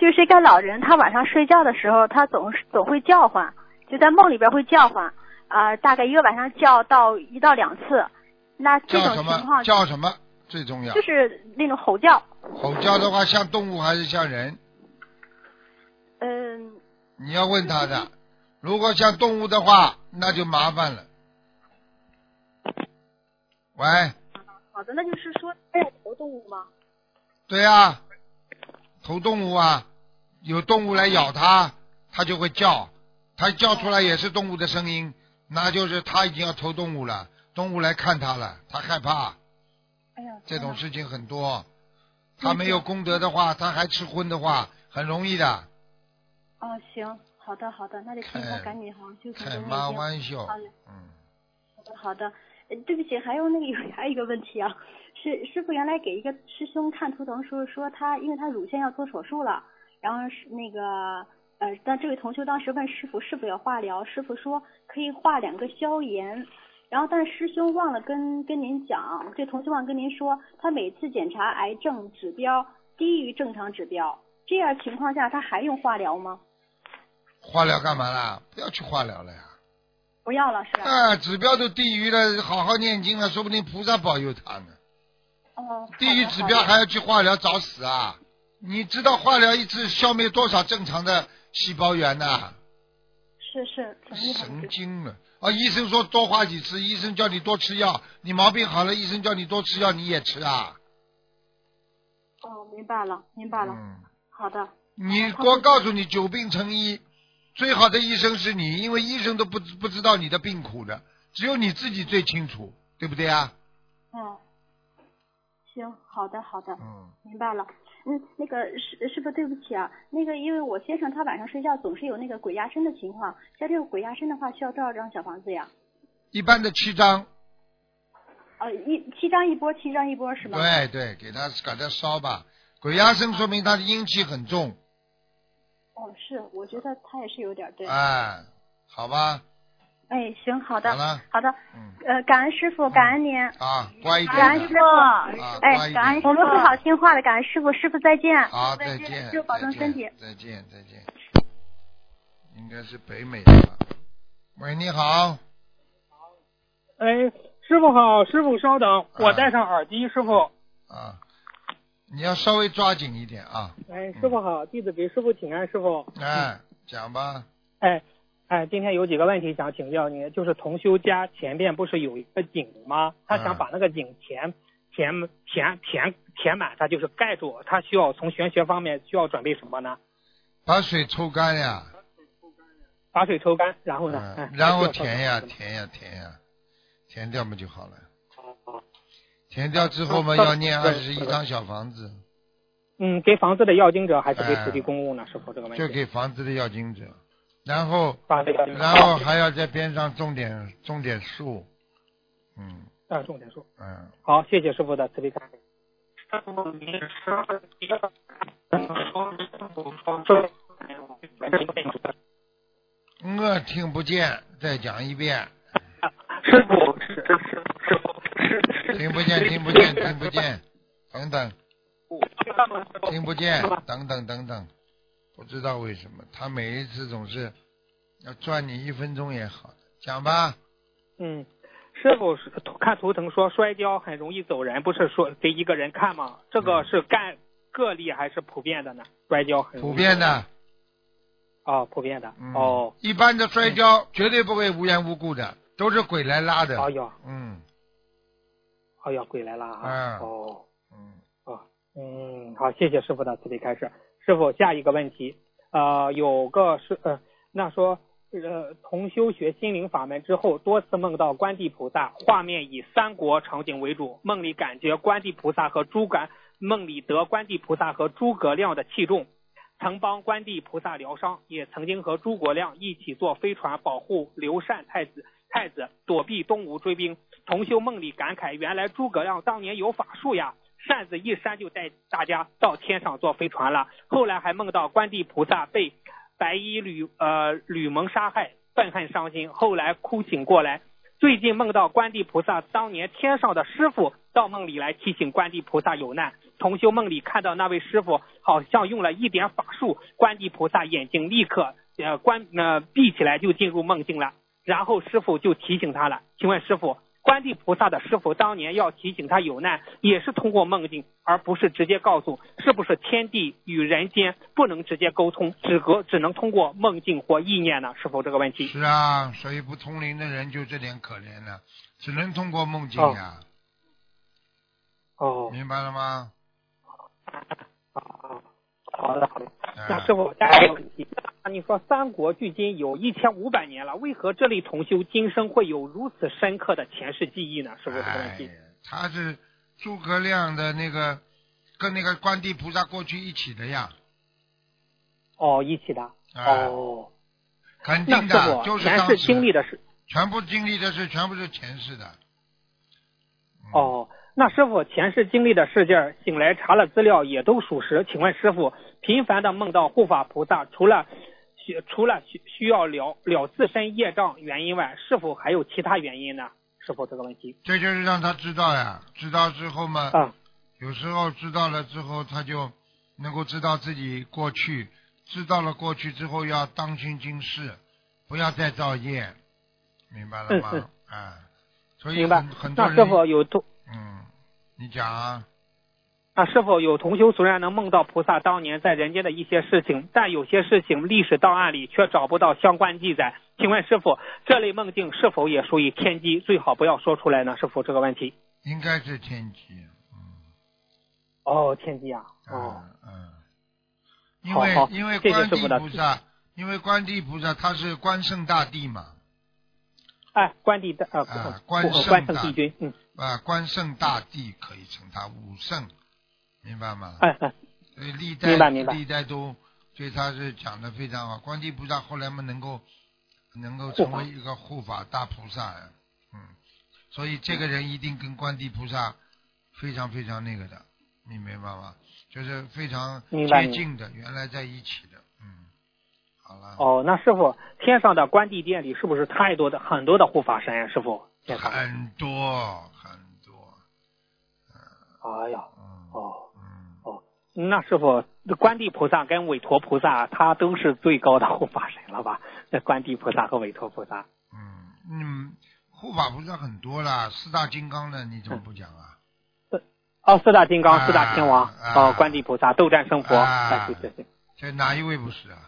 就是这个老人，他晚上睡觉的时候，他总是总会叫唤，就在梦里边会叫唤，啊、大概一个晚上叫到一到两次。那这叫种什情况么？叫什么最重要就？是那种吼叫，吼叫的话，像动物还是像人？嗯，你要问他的。如果像动物的话，那就麻烦了。喂，好的，那就是说他要投动物吗？对啊，头动物啊，有动物来咬它，它就会叫，它叫出来也是动物的声音，那就是它已经要投动物了，动物来看它了，它害怕。哎呀，这种事情很多。他没有功德的话，他还吃荤的话，很容易的。哦，行，好的好的，那得尽开快赶紧好好修行。开妈玩笑好嘞，嗯，好的好的，呃对不起，还有那个 还有一个问题啊，是师傅原来给一个师兄看图腾时候说他，因为他乳腺要做手术了，然后是那个呃，但这位同修当时问师傅是否要化疗，师傅说可以化两个消炎。然后，但是师兄忘了跟跟您讲，这同修忘了跟您说，他每次检查癌症指标低于正常指标，这样情况下他还用化疗吗？化疗干嘛啦？不要去化疗了呀！不要了是吧？啊，指标都低于了，好好念经了，说不定菩萨保佑他呢。哦，低于好的指标好的还要去化疗，找死啊！你知道化疗一次消灭多少正常的细胞源呐、是是挺厉害神的，经了啊！医生说多化几次，医生叫你多吃药，你毛病好了，医生叫你多吃药，你也吃啊？哦，明白了明白了，嗯。好的，你我告诉你，久病成医，最好的医生是你，因为医生都不知不知道你的病苦的，只有你自己最清楚，对不对啊？嗯，行，好的好的，嗯，明白了。嗯，那个师师傅，对不起啊，那个因为我先生他晚上睡觉总是有那个鬼压身的情况，像这个鬼压身的话，需要多少张小房子呀？一般的七张，呃，一七张一波，七张一波是吗？对对，给他给他烧吧。鬼压身说明他的阴气很重，哦，是，我觉得他也是有点儿对。哎，好吧，哎，行，好的好，了，好的，嗯，呃，感恩师傅，感恩您，啊，乖一感点恩师的，傅，啊，乖哎，一感点恩师傅，我们会好听话的，感恩师傅，师傅再见。好，再再见见，师傅保重身体再见，再见，再见。应该是北美的吧？喂，你好，哎，师傅好，师傅稍等，我戴上耳机。师傅，啊，你要稍微抓紧一点啊，嗯哎，师傅好，弟子给师傅请安。师傅，哎，讲吧，哎哎，今天有几个问题想请教您，就是同修家前面不是有一个井吗？他想把那个井填填填填填满，他就是盖住。他需要从玄学方面需要准备什么呢？把水抽干呀，把水抽干，然后呢？哎嗯，然后还需填要做呀，什么填呀，填呀，填掉嘛就好了。哦填掉之后嘛，嗯要念二对十一张小房子，嗯，给房子的要经者还是给土地公公呢？师傅这个问题。嗯就给房子的要经者，然后把这个。然后还要在边上种点种点树，嗯啊，重点说。嗯，好，谢谢师傅的慈悲开示。我听不见，再讲一遍，师傅，师师傅，听不 见，听不见，听不见，等等，听不见，等等等等，不知道为什么他每一次总是要赚你一分钟也好，讲吧，嗯，师傅是看图腾说摔跤很容易走人，不是说给一个人看吗？这个是干个例还是普遍的呢？摔跤很容易普遍的。哦，普遍的、嗯哦。一般的摔跤绝对不会无缘无故的，都是鬼来拉的。哎呦，嗯哎呦，鬼来了嗯啊！哦。嗯，嗯，好，谢谢师傅的慈悲开示。师傅，下一个问题，呃，有个是呃，那说呃，同修学心灵法门之后，多次梦到观地菩萨，画面以三国场景为主，梦里感觉观地菩萨和诸葛，梦里得观地菩萨和诸葛亮的器重，曾帮观地菩萨疗伤，也曾经和诸葛亮一起坐飞船保护刘禅太子，太子躲避东吴追兵。同修梦里感慨，原来诸葛亮当年有法术呀，扇子一扇就带大家到天上坐飞船了。后来还梦到观地菩萨被白衣吕呃吕蒙杀害，愤恨伤心，后来哭醒过来。最近梦到观地菩萨当年天上的师傅到梦里来提醒观地菩萨有难，同修梦里看到那位师傅好像用了一点法术，观地菩萨眼睛立刻呃关呃闭起来就进入梦境了。然后师傅就提醒他了。请问师傅，观地菩萨的师傅当年要提醒他有难，也是通过梦境，而不是直接告诉，是不是天地与人间不能直接沟通，只隔只能通过梦境或意念呢？是否这个问题？是啊，所以不通灵的人就这点可怜了，只能通过梦境呀，哦，明白了吗？好的好的。那啊师，傅，下一个问题，那你说三国距今有一千五百年了，为何这类同修今生会有如此深刻的前世记忆呢？是否这个问哎题呀？，他是诸葛亮的那个跟那个观地菩萨过去一起的呀，哦，一起的。哎哦，肯那定师的，傅就是前当世时经历的是全部经历的事，全部是前世的。嗯，哦，那师傅前世经历的事件儿，醒来查了资料也都属实。请问师傅，频繁的梦到护法菩萨，除了需除了需需要了了自身业障原因外，是否还有其他原因呢？师傅这个问题这就是让他知道呀，知道之后嘛，啊，有时候知道了之后，他就能够知道自己过去，知道了过去之后要当心今世，不要再造业，明白了嗯吗？啊，所以明白很很。多那师傅人，有同嗯，你讲啊，那是否有同修虽然能梦到菩萨当年在人间的一些事情，但有些事情历史档案里却找不到相关记载？请问师傅，这类梦境是否也属于天机？最好不要说出来呢？师傅这个问题。应该是天机，嗯，哦，天机啊，哦。啊嗯，因好为好因为谢谢观师傅地的菩萨，因为观地菩萨他是关圣大帝嘛，哎，关帝的呃，啊不关不圣关的圣帝君，嗯，啊，关圣大帝可以称他武圣，明白吗？哎哎，所以历代明白明白历代都对他是讲的非常好。观地菩萨后来嘛能够能够护成法为一个护法大菩萨，嗯，所以这个人一定跟观地菩萨非常非常那个的，你明白吗？就是非常明白接明白近的，原来在一起的，嗯，好了。哦，那师傅，天上的关帝殿里是不是太多的很多的护法神呀、师傅？天上，很多很多，哎呀，嗯哦，嗯，那师傅，观地菩萨跟韦陀菩萨，他都是最高的护法神了吧？那观地菩萨和韦陀菩萨，嗯，你们护法菩萨很多啦，四大金刚呢，你怎么不讲啊？哦，四大金刚、啊四大天王，啊哦，观地菩萨、斗战胜佛，啊哎对对对，这哪一位不是啊？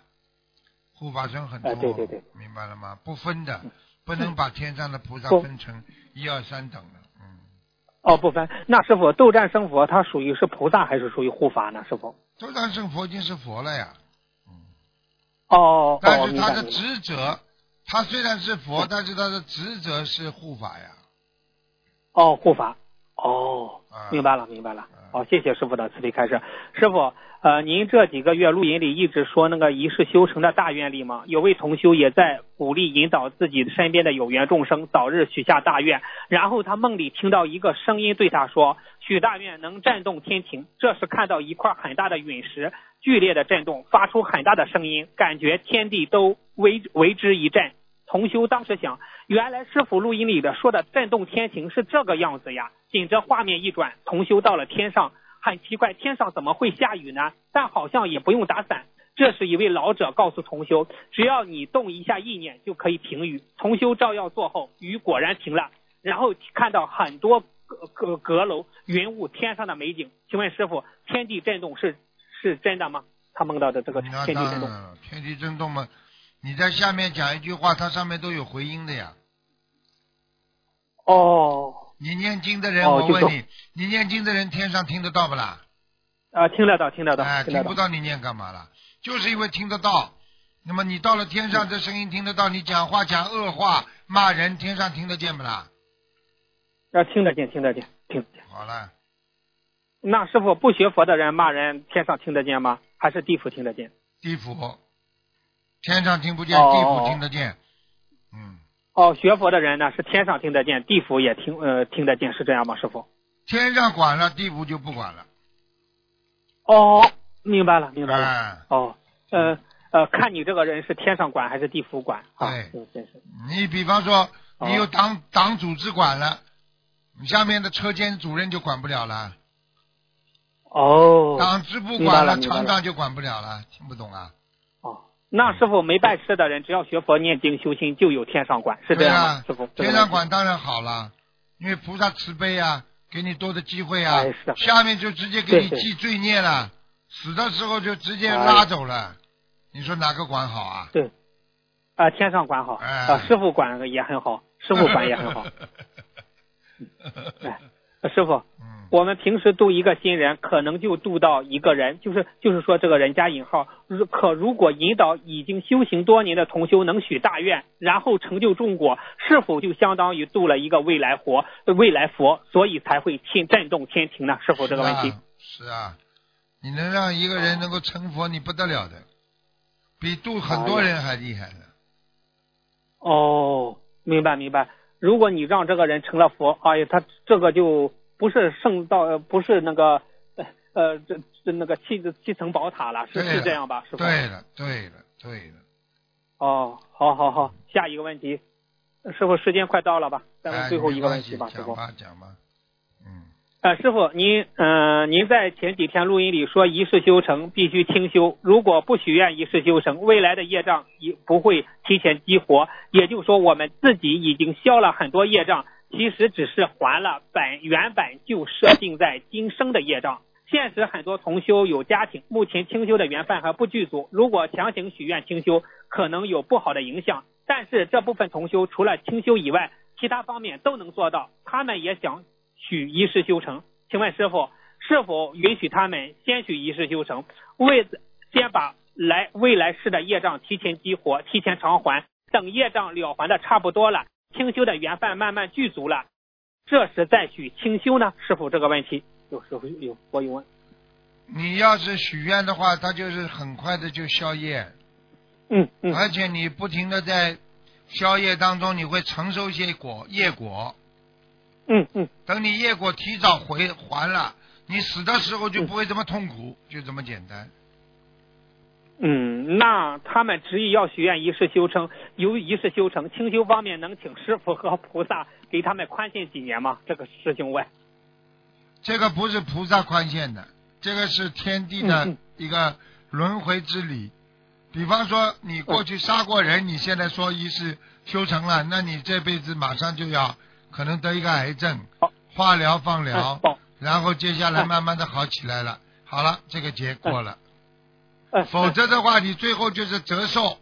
护法神很多，啊对对对，明白了吗？不分的，不能把天上的菩萨不分成一二三等的，嗯，哦，不分。那师傅，斗战胜佛，它属于是菩萨还是属于护法呢？师傅？周战胜佛已经是佛了呀，哦，但哦，是明他白的明白。职责，他虽然是佛，但是他的职责是护法呀，哦，护法。哦啊，明白了，明白了啊。哦，谢谢师傅的慈悲开示。师傅，呃，您这几个月录音里一直说那个一世修成的大愿力嘛，有位同修也在鼓励引导自己身边的有缘众生早日许下大愿。然后他梦里听到一个声音对他说：“许大愿能震动天庭。”这时看到一块很大的陨石剧烈的震动，发出很大的声音，感觉天地都为为之一震。同修当时想，原来师傅录音里的说的震动天庭是这个样子呀。紧着画面一转，同修到了天上，很奇怪，天上怎么会下雨呢？但好像也不用打伞。这时，一位老者告诉同修，只要你动一下意念就可以停雨。同修照样做后，雨果然停了。然后看到很多阁阁阁楼、云雾、天上的美景。请问师傅，天地震动是是真的吗？他梦到的这个嗯那天当地震然动。了，天地震动嘛，你在下面讲一句话，它上面都有回音的呀。哦，你念经的人，哦我就问懂你，你念经的人天上听得到不啦？啊，听得到，听得到，哎，听听得不到。到你念干嘛啦？就是因为听得到。那么你到了天嗯上，这声音听得到，你讲话讲恶话骂人，天上听得见不啦？啊，听得见，听得见，听得见。好了，那师傅不学佛的人骂人，天上听得见吗？还是地府听得见？地府，天上听不见，哦地府听得见。嗯，哦，学佛的人呢是天上听得见，地府也听呃听得见，是这样吗，师傅？天上管了，地府就不管了。哦，明白了，明白了。哎，哦，呃呃，看你这个人是天上管还是地府管啊？对嗯真是。你比方说，哦你有党党组织管了，你下面的车间主任就管不了了，哦。党支部明白管了了，明白厂了长就管不了了，听不懂啊？哦，那师傅没拜师的人，只要学佛念经修心，就有天上管，是这对样吗？啊师傅，，这个天上问题管当然好了，因为菩萨慈悲啊，给你多的机会啊哎是，的下面就直接给你对对记罪孽了，死的时候就直接拉走哎了，你说哪个管好啊？对，啊、天上管好，啊、哎师傅管也很好，师傅管也很 好。哎呃师傅，嗯，我们平时度一个新人，可能就度到一个人，就是就是说这个人加引号。如可如果引导已经修行多年的同修能许大愿，然后成就众果，是否就相当于度了一个未来佛、呃未来佛，所以才会震震动天庭呢？是否这个问是题？啊是啊，你能让一个人能够成佛，你不得了的，比度很多人还厉害呢。哦，明白明白。如果你让这个人成了佛，哎呀，他这个就不是圣道，呃不是那个呃呃这这那个七七层宝塔了，是对是了这样吧？师傅。对了，对了，对了，哦，好好好，下一个问题，呃师傅时间快到了吧？再问哎最后没一个关问系题吧，师讲傅。吧讲吧，嗯，呃，师傅，您呃，您在前几天录音里说一世修成必须清修，如果不许愿一世修成，未来的业障也不会提前激活。也就是说，我们自己已经消了很多业障，其实只是还了本原本就设定在今生的业障。现实很多同修有家庭，目前清修的缘分还不具足，如果强行许愿清修，可能有不好的影响。但是这部分同修除了清修以外，其他方面都能做到，他们也想许一世修成。请问师傅，是否允许他们先许一世修成，为先把来未来世的业障提前激活，提前偿还？等业障了还的差不多了，清修的缘分慢慢具足了，这时再许清修呢？是否这个问题？有师傅有佛友问。你要是许愿的话，它就是很快的就消业，嗯嗯而且你不停的在消业当中，你会承受一些果业果。嗯嗯，等你业果提早回还了，你死的时候就不会这么痛苦，就这么简单。嗯，那他们执意要许愿一世修成，由一世修成，清修方面能请师傅和菩萨给他们宽限几年吗？这个师兄问。这个不是菩萨宽限的，这个是天地嗯的嗯一个轮回之理。比方说，你过去杀过人，你现在说一世修成了，那你这辈子马上就要可能得一个癌症好，化疗、放嗯疗，保然后接下来嗯慢慢的好起来了。好了，这个节过了。嗯，否则的话，你最后就是折寿，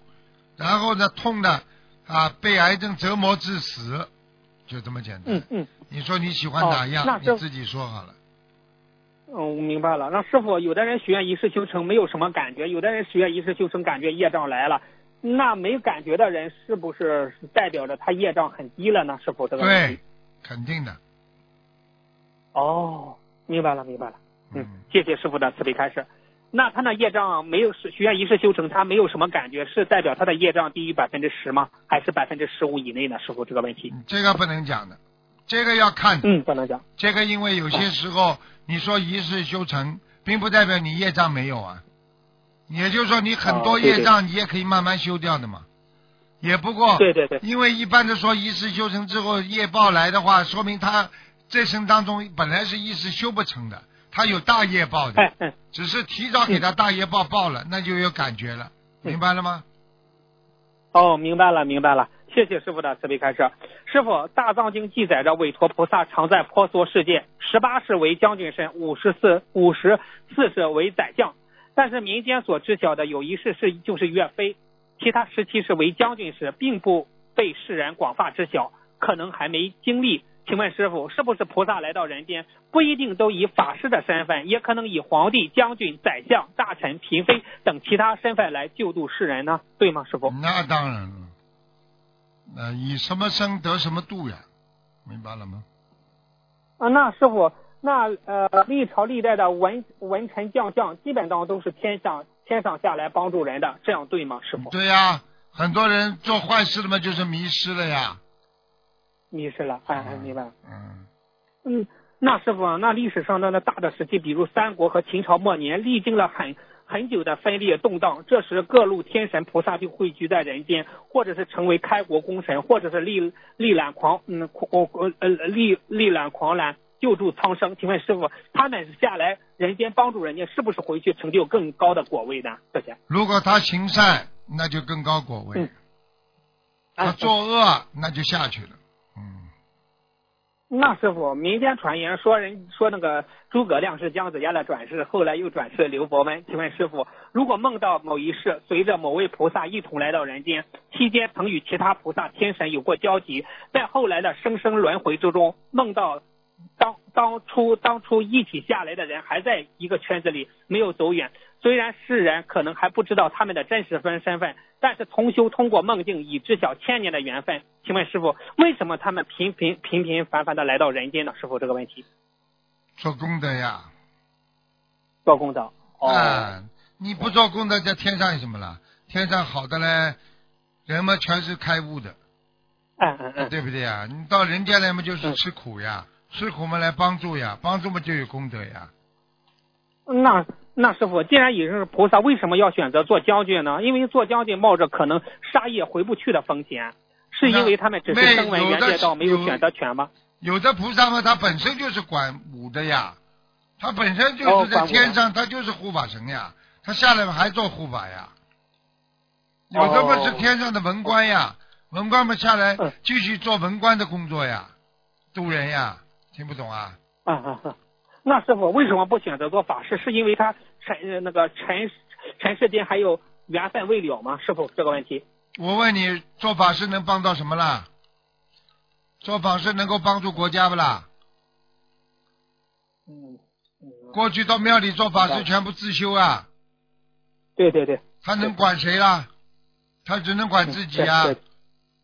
然后呢，痛的啊，被癌症折磨致死，就这么简单。嗯嗯你说你喜欢哪样？哦那这你自己说好了。嗯，我明白了。那师傅，有的人许愿一世修成没有什么感觉，有的人许愿一世修成感觉业障来了。那没感觉的人是不是代表着他业障很低了呢？师傅，这个问题对，肯定的。哦，明白了，明白了。嗯嗯，谢谢师傅的慈悲开示。那他那业障没有是许愿一世修成，他没有什么感觉，是代表他的业障低于百分之十吗？还是百分之十五以内呢？师傅这个问题，这个不能讲的，这个要看的。嗯，不能讲。这个因为有些时候你说一世修成，并不代表你业障没有啊。也就是说，你很多哦对对业障你也可以慢慢修掉的嘛。也不过，对对对， 因为一般的说一世修成之后业报来的话，说明他这生当中本来是一世修不成的，他有大业报的，哎嗯，只是提早给他大业报报了，那就有感觉了，嗯明白了吗？哦，明白了，明白了，谢谢师傅的慈悲开示。师傅，《大藏经》记载着韦陀菩萨常在婆娑世界，十八世为将军身，五十四五十四世为宰相。但是民间所知晓的有一世是就是岳飞，其他十七世为将军时，并不被世人广泛知晓，可能还没经历。请问师傅，是不是菩萨来到人间，不一定都以法师的身份，也可能以皇帝、将军、宰相、大臣、嫔妃等其他身份来救度世人呢？对吗，师傅？那当然了，呃，以什么生得什么度呀，明白了吗？啊，那师傅，那呃，历朝历代的文文臣将相，基本上都是天上天上下来帮助人的，这样对吗，师傅？对呀、很多人做坏事了嘛，就是迷失了呀。迷失了，哎，哎明白了。嗯，嗯，那师傅啊，那历史上的那大的时期，比如三国和秦朝末年，历经了很很久的分裂动荡，这时各路天神菩萨就汇聚在人间，或者是成为开国功臣，或者是力力挽狂嗯狂呃呃力力挽狂澜，救助苍生。请问师傅，他们下来人间帮助人家，是不是回去成就更高的果位呢？这些，如果他行善，那就更高果位；嗯他哎作恶，那就下去了。嗯，那师傅，民间传言说人说那个诸葛亮是姜子牙的转世，后来又转世刘伯温。请问师傅，如果梦到某一世，随着某位菩萨一同来到人间，期间曾与其他菩萨、天神有过交集，在后来的生生轮回之中，梦到当当初当初一起下来的人还在一个圈子里，没有走远。虽然世人可能还不知道他们的真实分身份，但是同修通过梦境已知晓千年的缘分。请问师傅，为什么他们频频频频繁繁的来到人间呢？师傅这个问题，做功德呀。做功德。哦，啊，你不做功德，在天上有什么了？天上好的嘞，人们全是开悟的，嗯嗯嗯，对不对呀？你到人间来嘛，就是嗯吃苦呀，吃苦嘛来帮助呀，帮助嘛就有功德呀。嗯那那师傅，既然已是菩萨，为什么要选择做将军呢？因为做将军冒着可能杀业回不去的风险，是因为他们只是那声闻有缘的界道没有有选择权吗？有的菩萨嘛，他本身就是管武的呀，他本身就哦是在管武天上，他就是护法神呀，他下来嘛还做护法呀。有的嘛哦是天上的文官呀，文官嘛下来嗯继续做文官的工作呀，渡人呀，听不懂啊？啊啊啊！那师傅为什么不选择做法事？是因为他尘呃那个尘尘世间还有缘分未了吗？师傅这个问题。我问你，做法事能帮到什么啦？做法事能够帮助国家不啦？嗯，嗯过去到庙里做法事全部自修啊，对对对，他能管谁啦？他只能管自己啊对。对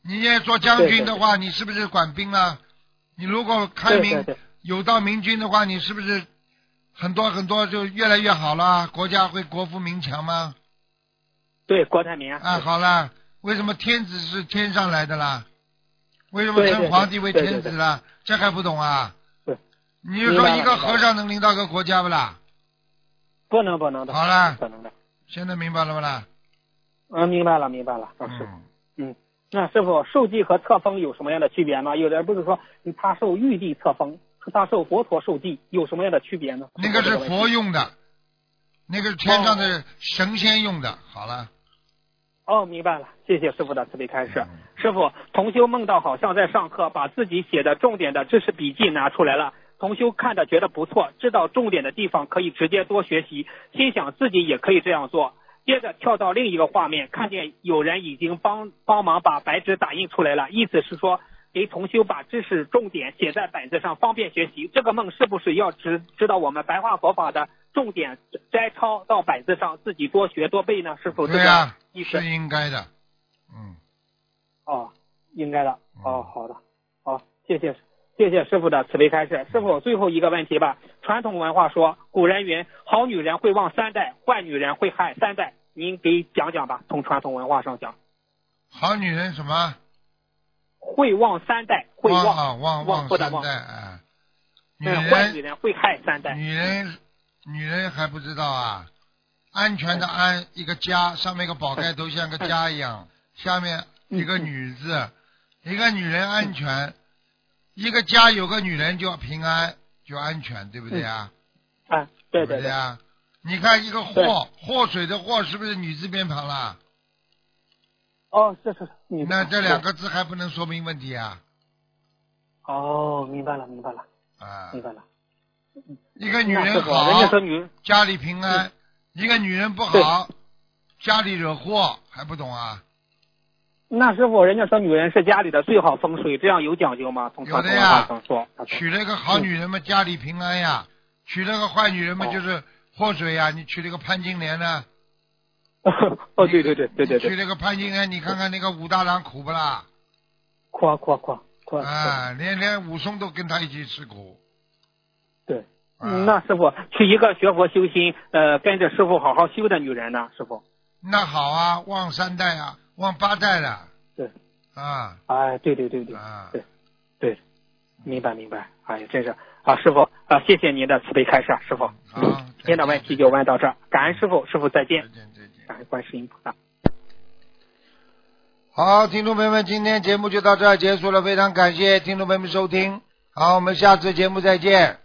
你也做将军的话，你是不是管兵啊？你如果开对明对对有道明君的话，你是不是很多很多就越来越好了，国家会国富民强吗？对，郭台铭啊，啊，好啦，为什么天子是天上来的啦？为什么对对称对皇帝为对天对子对啦？这还不懂啊？对，你就说一明白个了和尚能领导个国家不啦？不能不能的，好啦不能的，现在明白了不啦？嗯，明白了明白了，啊是。嗯，那师傅，受记和册封有什么样的区别呢？有的人不是说嗯他受玉帝册封，他受佛陀受记，有什么样的区别呢？那个是问题佛用的，那个是天上的神仙用的。好了，哦，明白了，谢谢师傅的慈悲开嗯示。师傅，同修梦到好像在上课，把自己写的重点的知识笔记拿出来了。同修看着觉得不错，知道重点的地方可以直接多学习，心想自己也可以这样做。接着跳到另一个画面，看见有人已经帮帮忙把白纸打印出来了，意思是说给同修把知识重点写在本子上，方便学习。这个梦是不是要指指导我们白话佛法的重点摘抄到本子上，自己多学多背呢？师傅，这对个呀、意思是应该的。嗯，哦，应该的。嗯哦，好的，好，谢谢，谢谢师傅的慈悲开示。师傅，最后一个问题吧。传统文化说，古人云“好女人会旺三代，坏女人会害三代”，您给讲讲吧。从传统文化上讲，好女人什么？会旺三代，会旺旺啊旺旺旺夫的三旺代，啊，女嗯坏女人人会害三代。女人女人还不知道啊，安全的安一个家，上面一个宝盖头像个家一嗯样，下面一个女字，一个女人安全，一个家有个女人就平安就安全，对不对啊？啊，对不对对对，啊？你看一个对祸祸水的祸是不是女字边旁啦？哦，是是是，你那这两个字还不能说明问题啊哦，明白了，明白了，啊！明白了。一个女嗯那嗯师人傅，好，人家说女家里平安，一个女人不好，家里惹祸，还不懂啊？那师傅，人家说女人是家里的最好风水，这样有讲究吗？从传统文化上说，他说娶了一个好女人嘛，家里平安呀；娶了个坏女人嘛，哦就是祸水呀。你娶了个潘金莲呢？ 哦，对对对对对娶对，了个潘金莲，你看看那个武大郎苦不啦？夸夸夸夸，啊，连连武松都跟他一起吃苦。对。嗯啊那师傅娶一个学佛修心，呃，跟着师傅好好修的女人呢？师傅，那好啊，旺三代啊，旺八代了。对。啊哎，对对对对啊，对对，明白明白，哎，真是啊，师傅啊，谢谢您的慈悲开示，啊，师傅，好，今天的问题就问到这儿，感恩师傅，师傅再再见，见再见。感恩观世音菩萨。好，听众朋友们，今天节目就到这儿结束了，非常感谢听众朋友们收听，好，我们下次节目再见。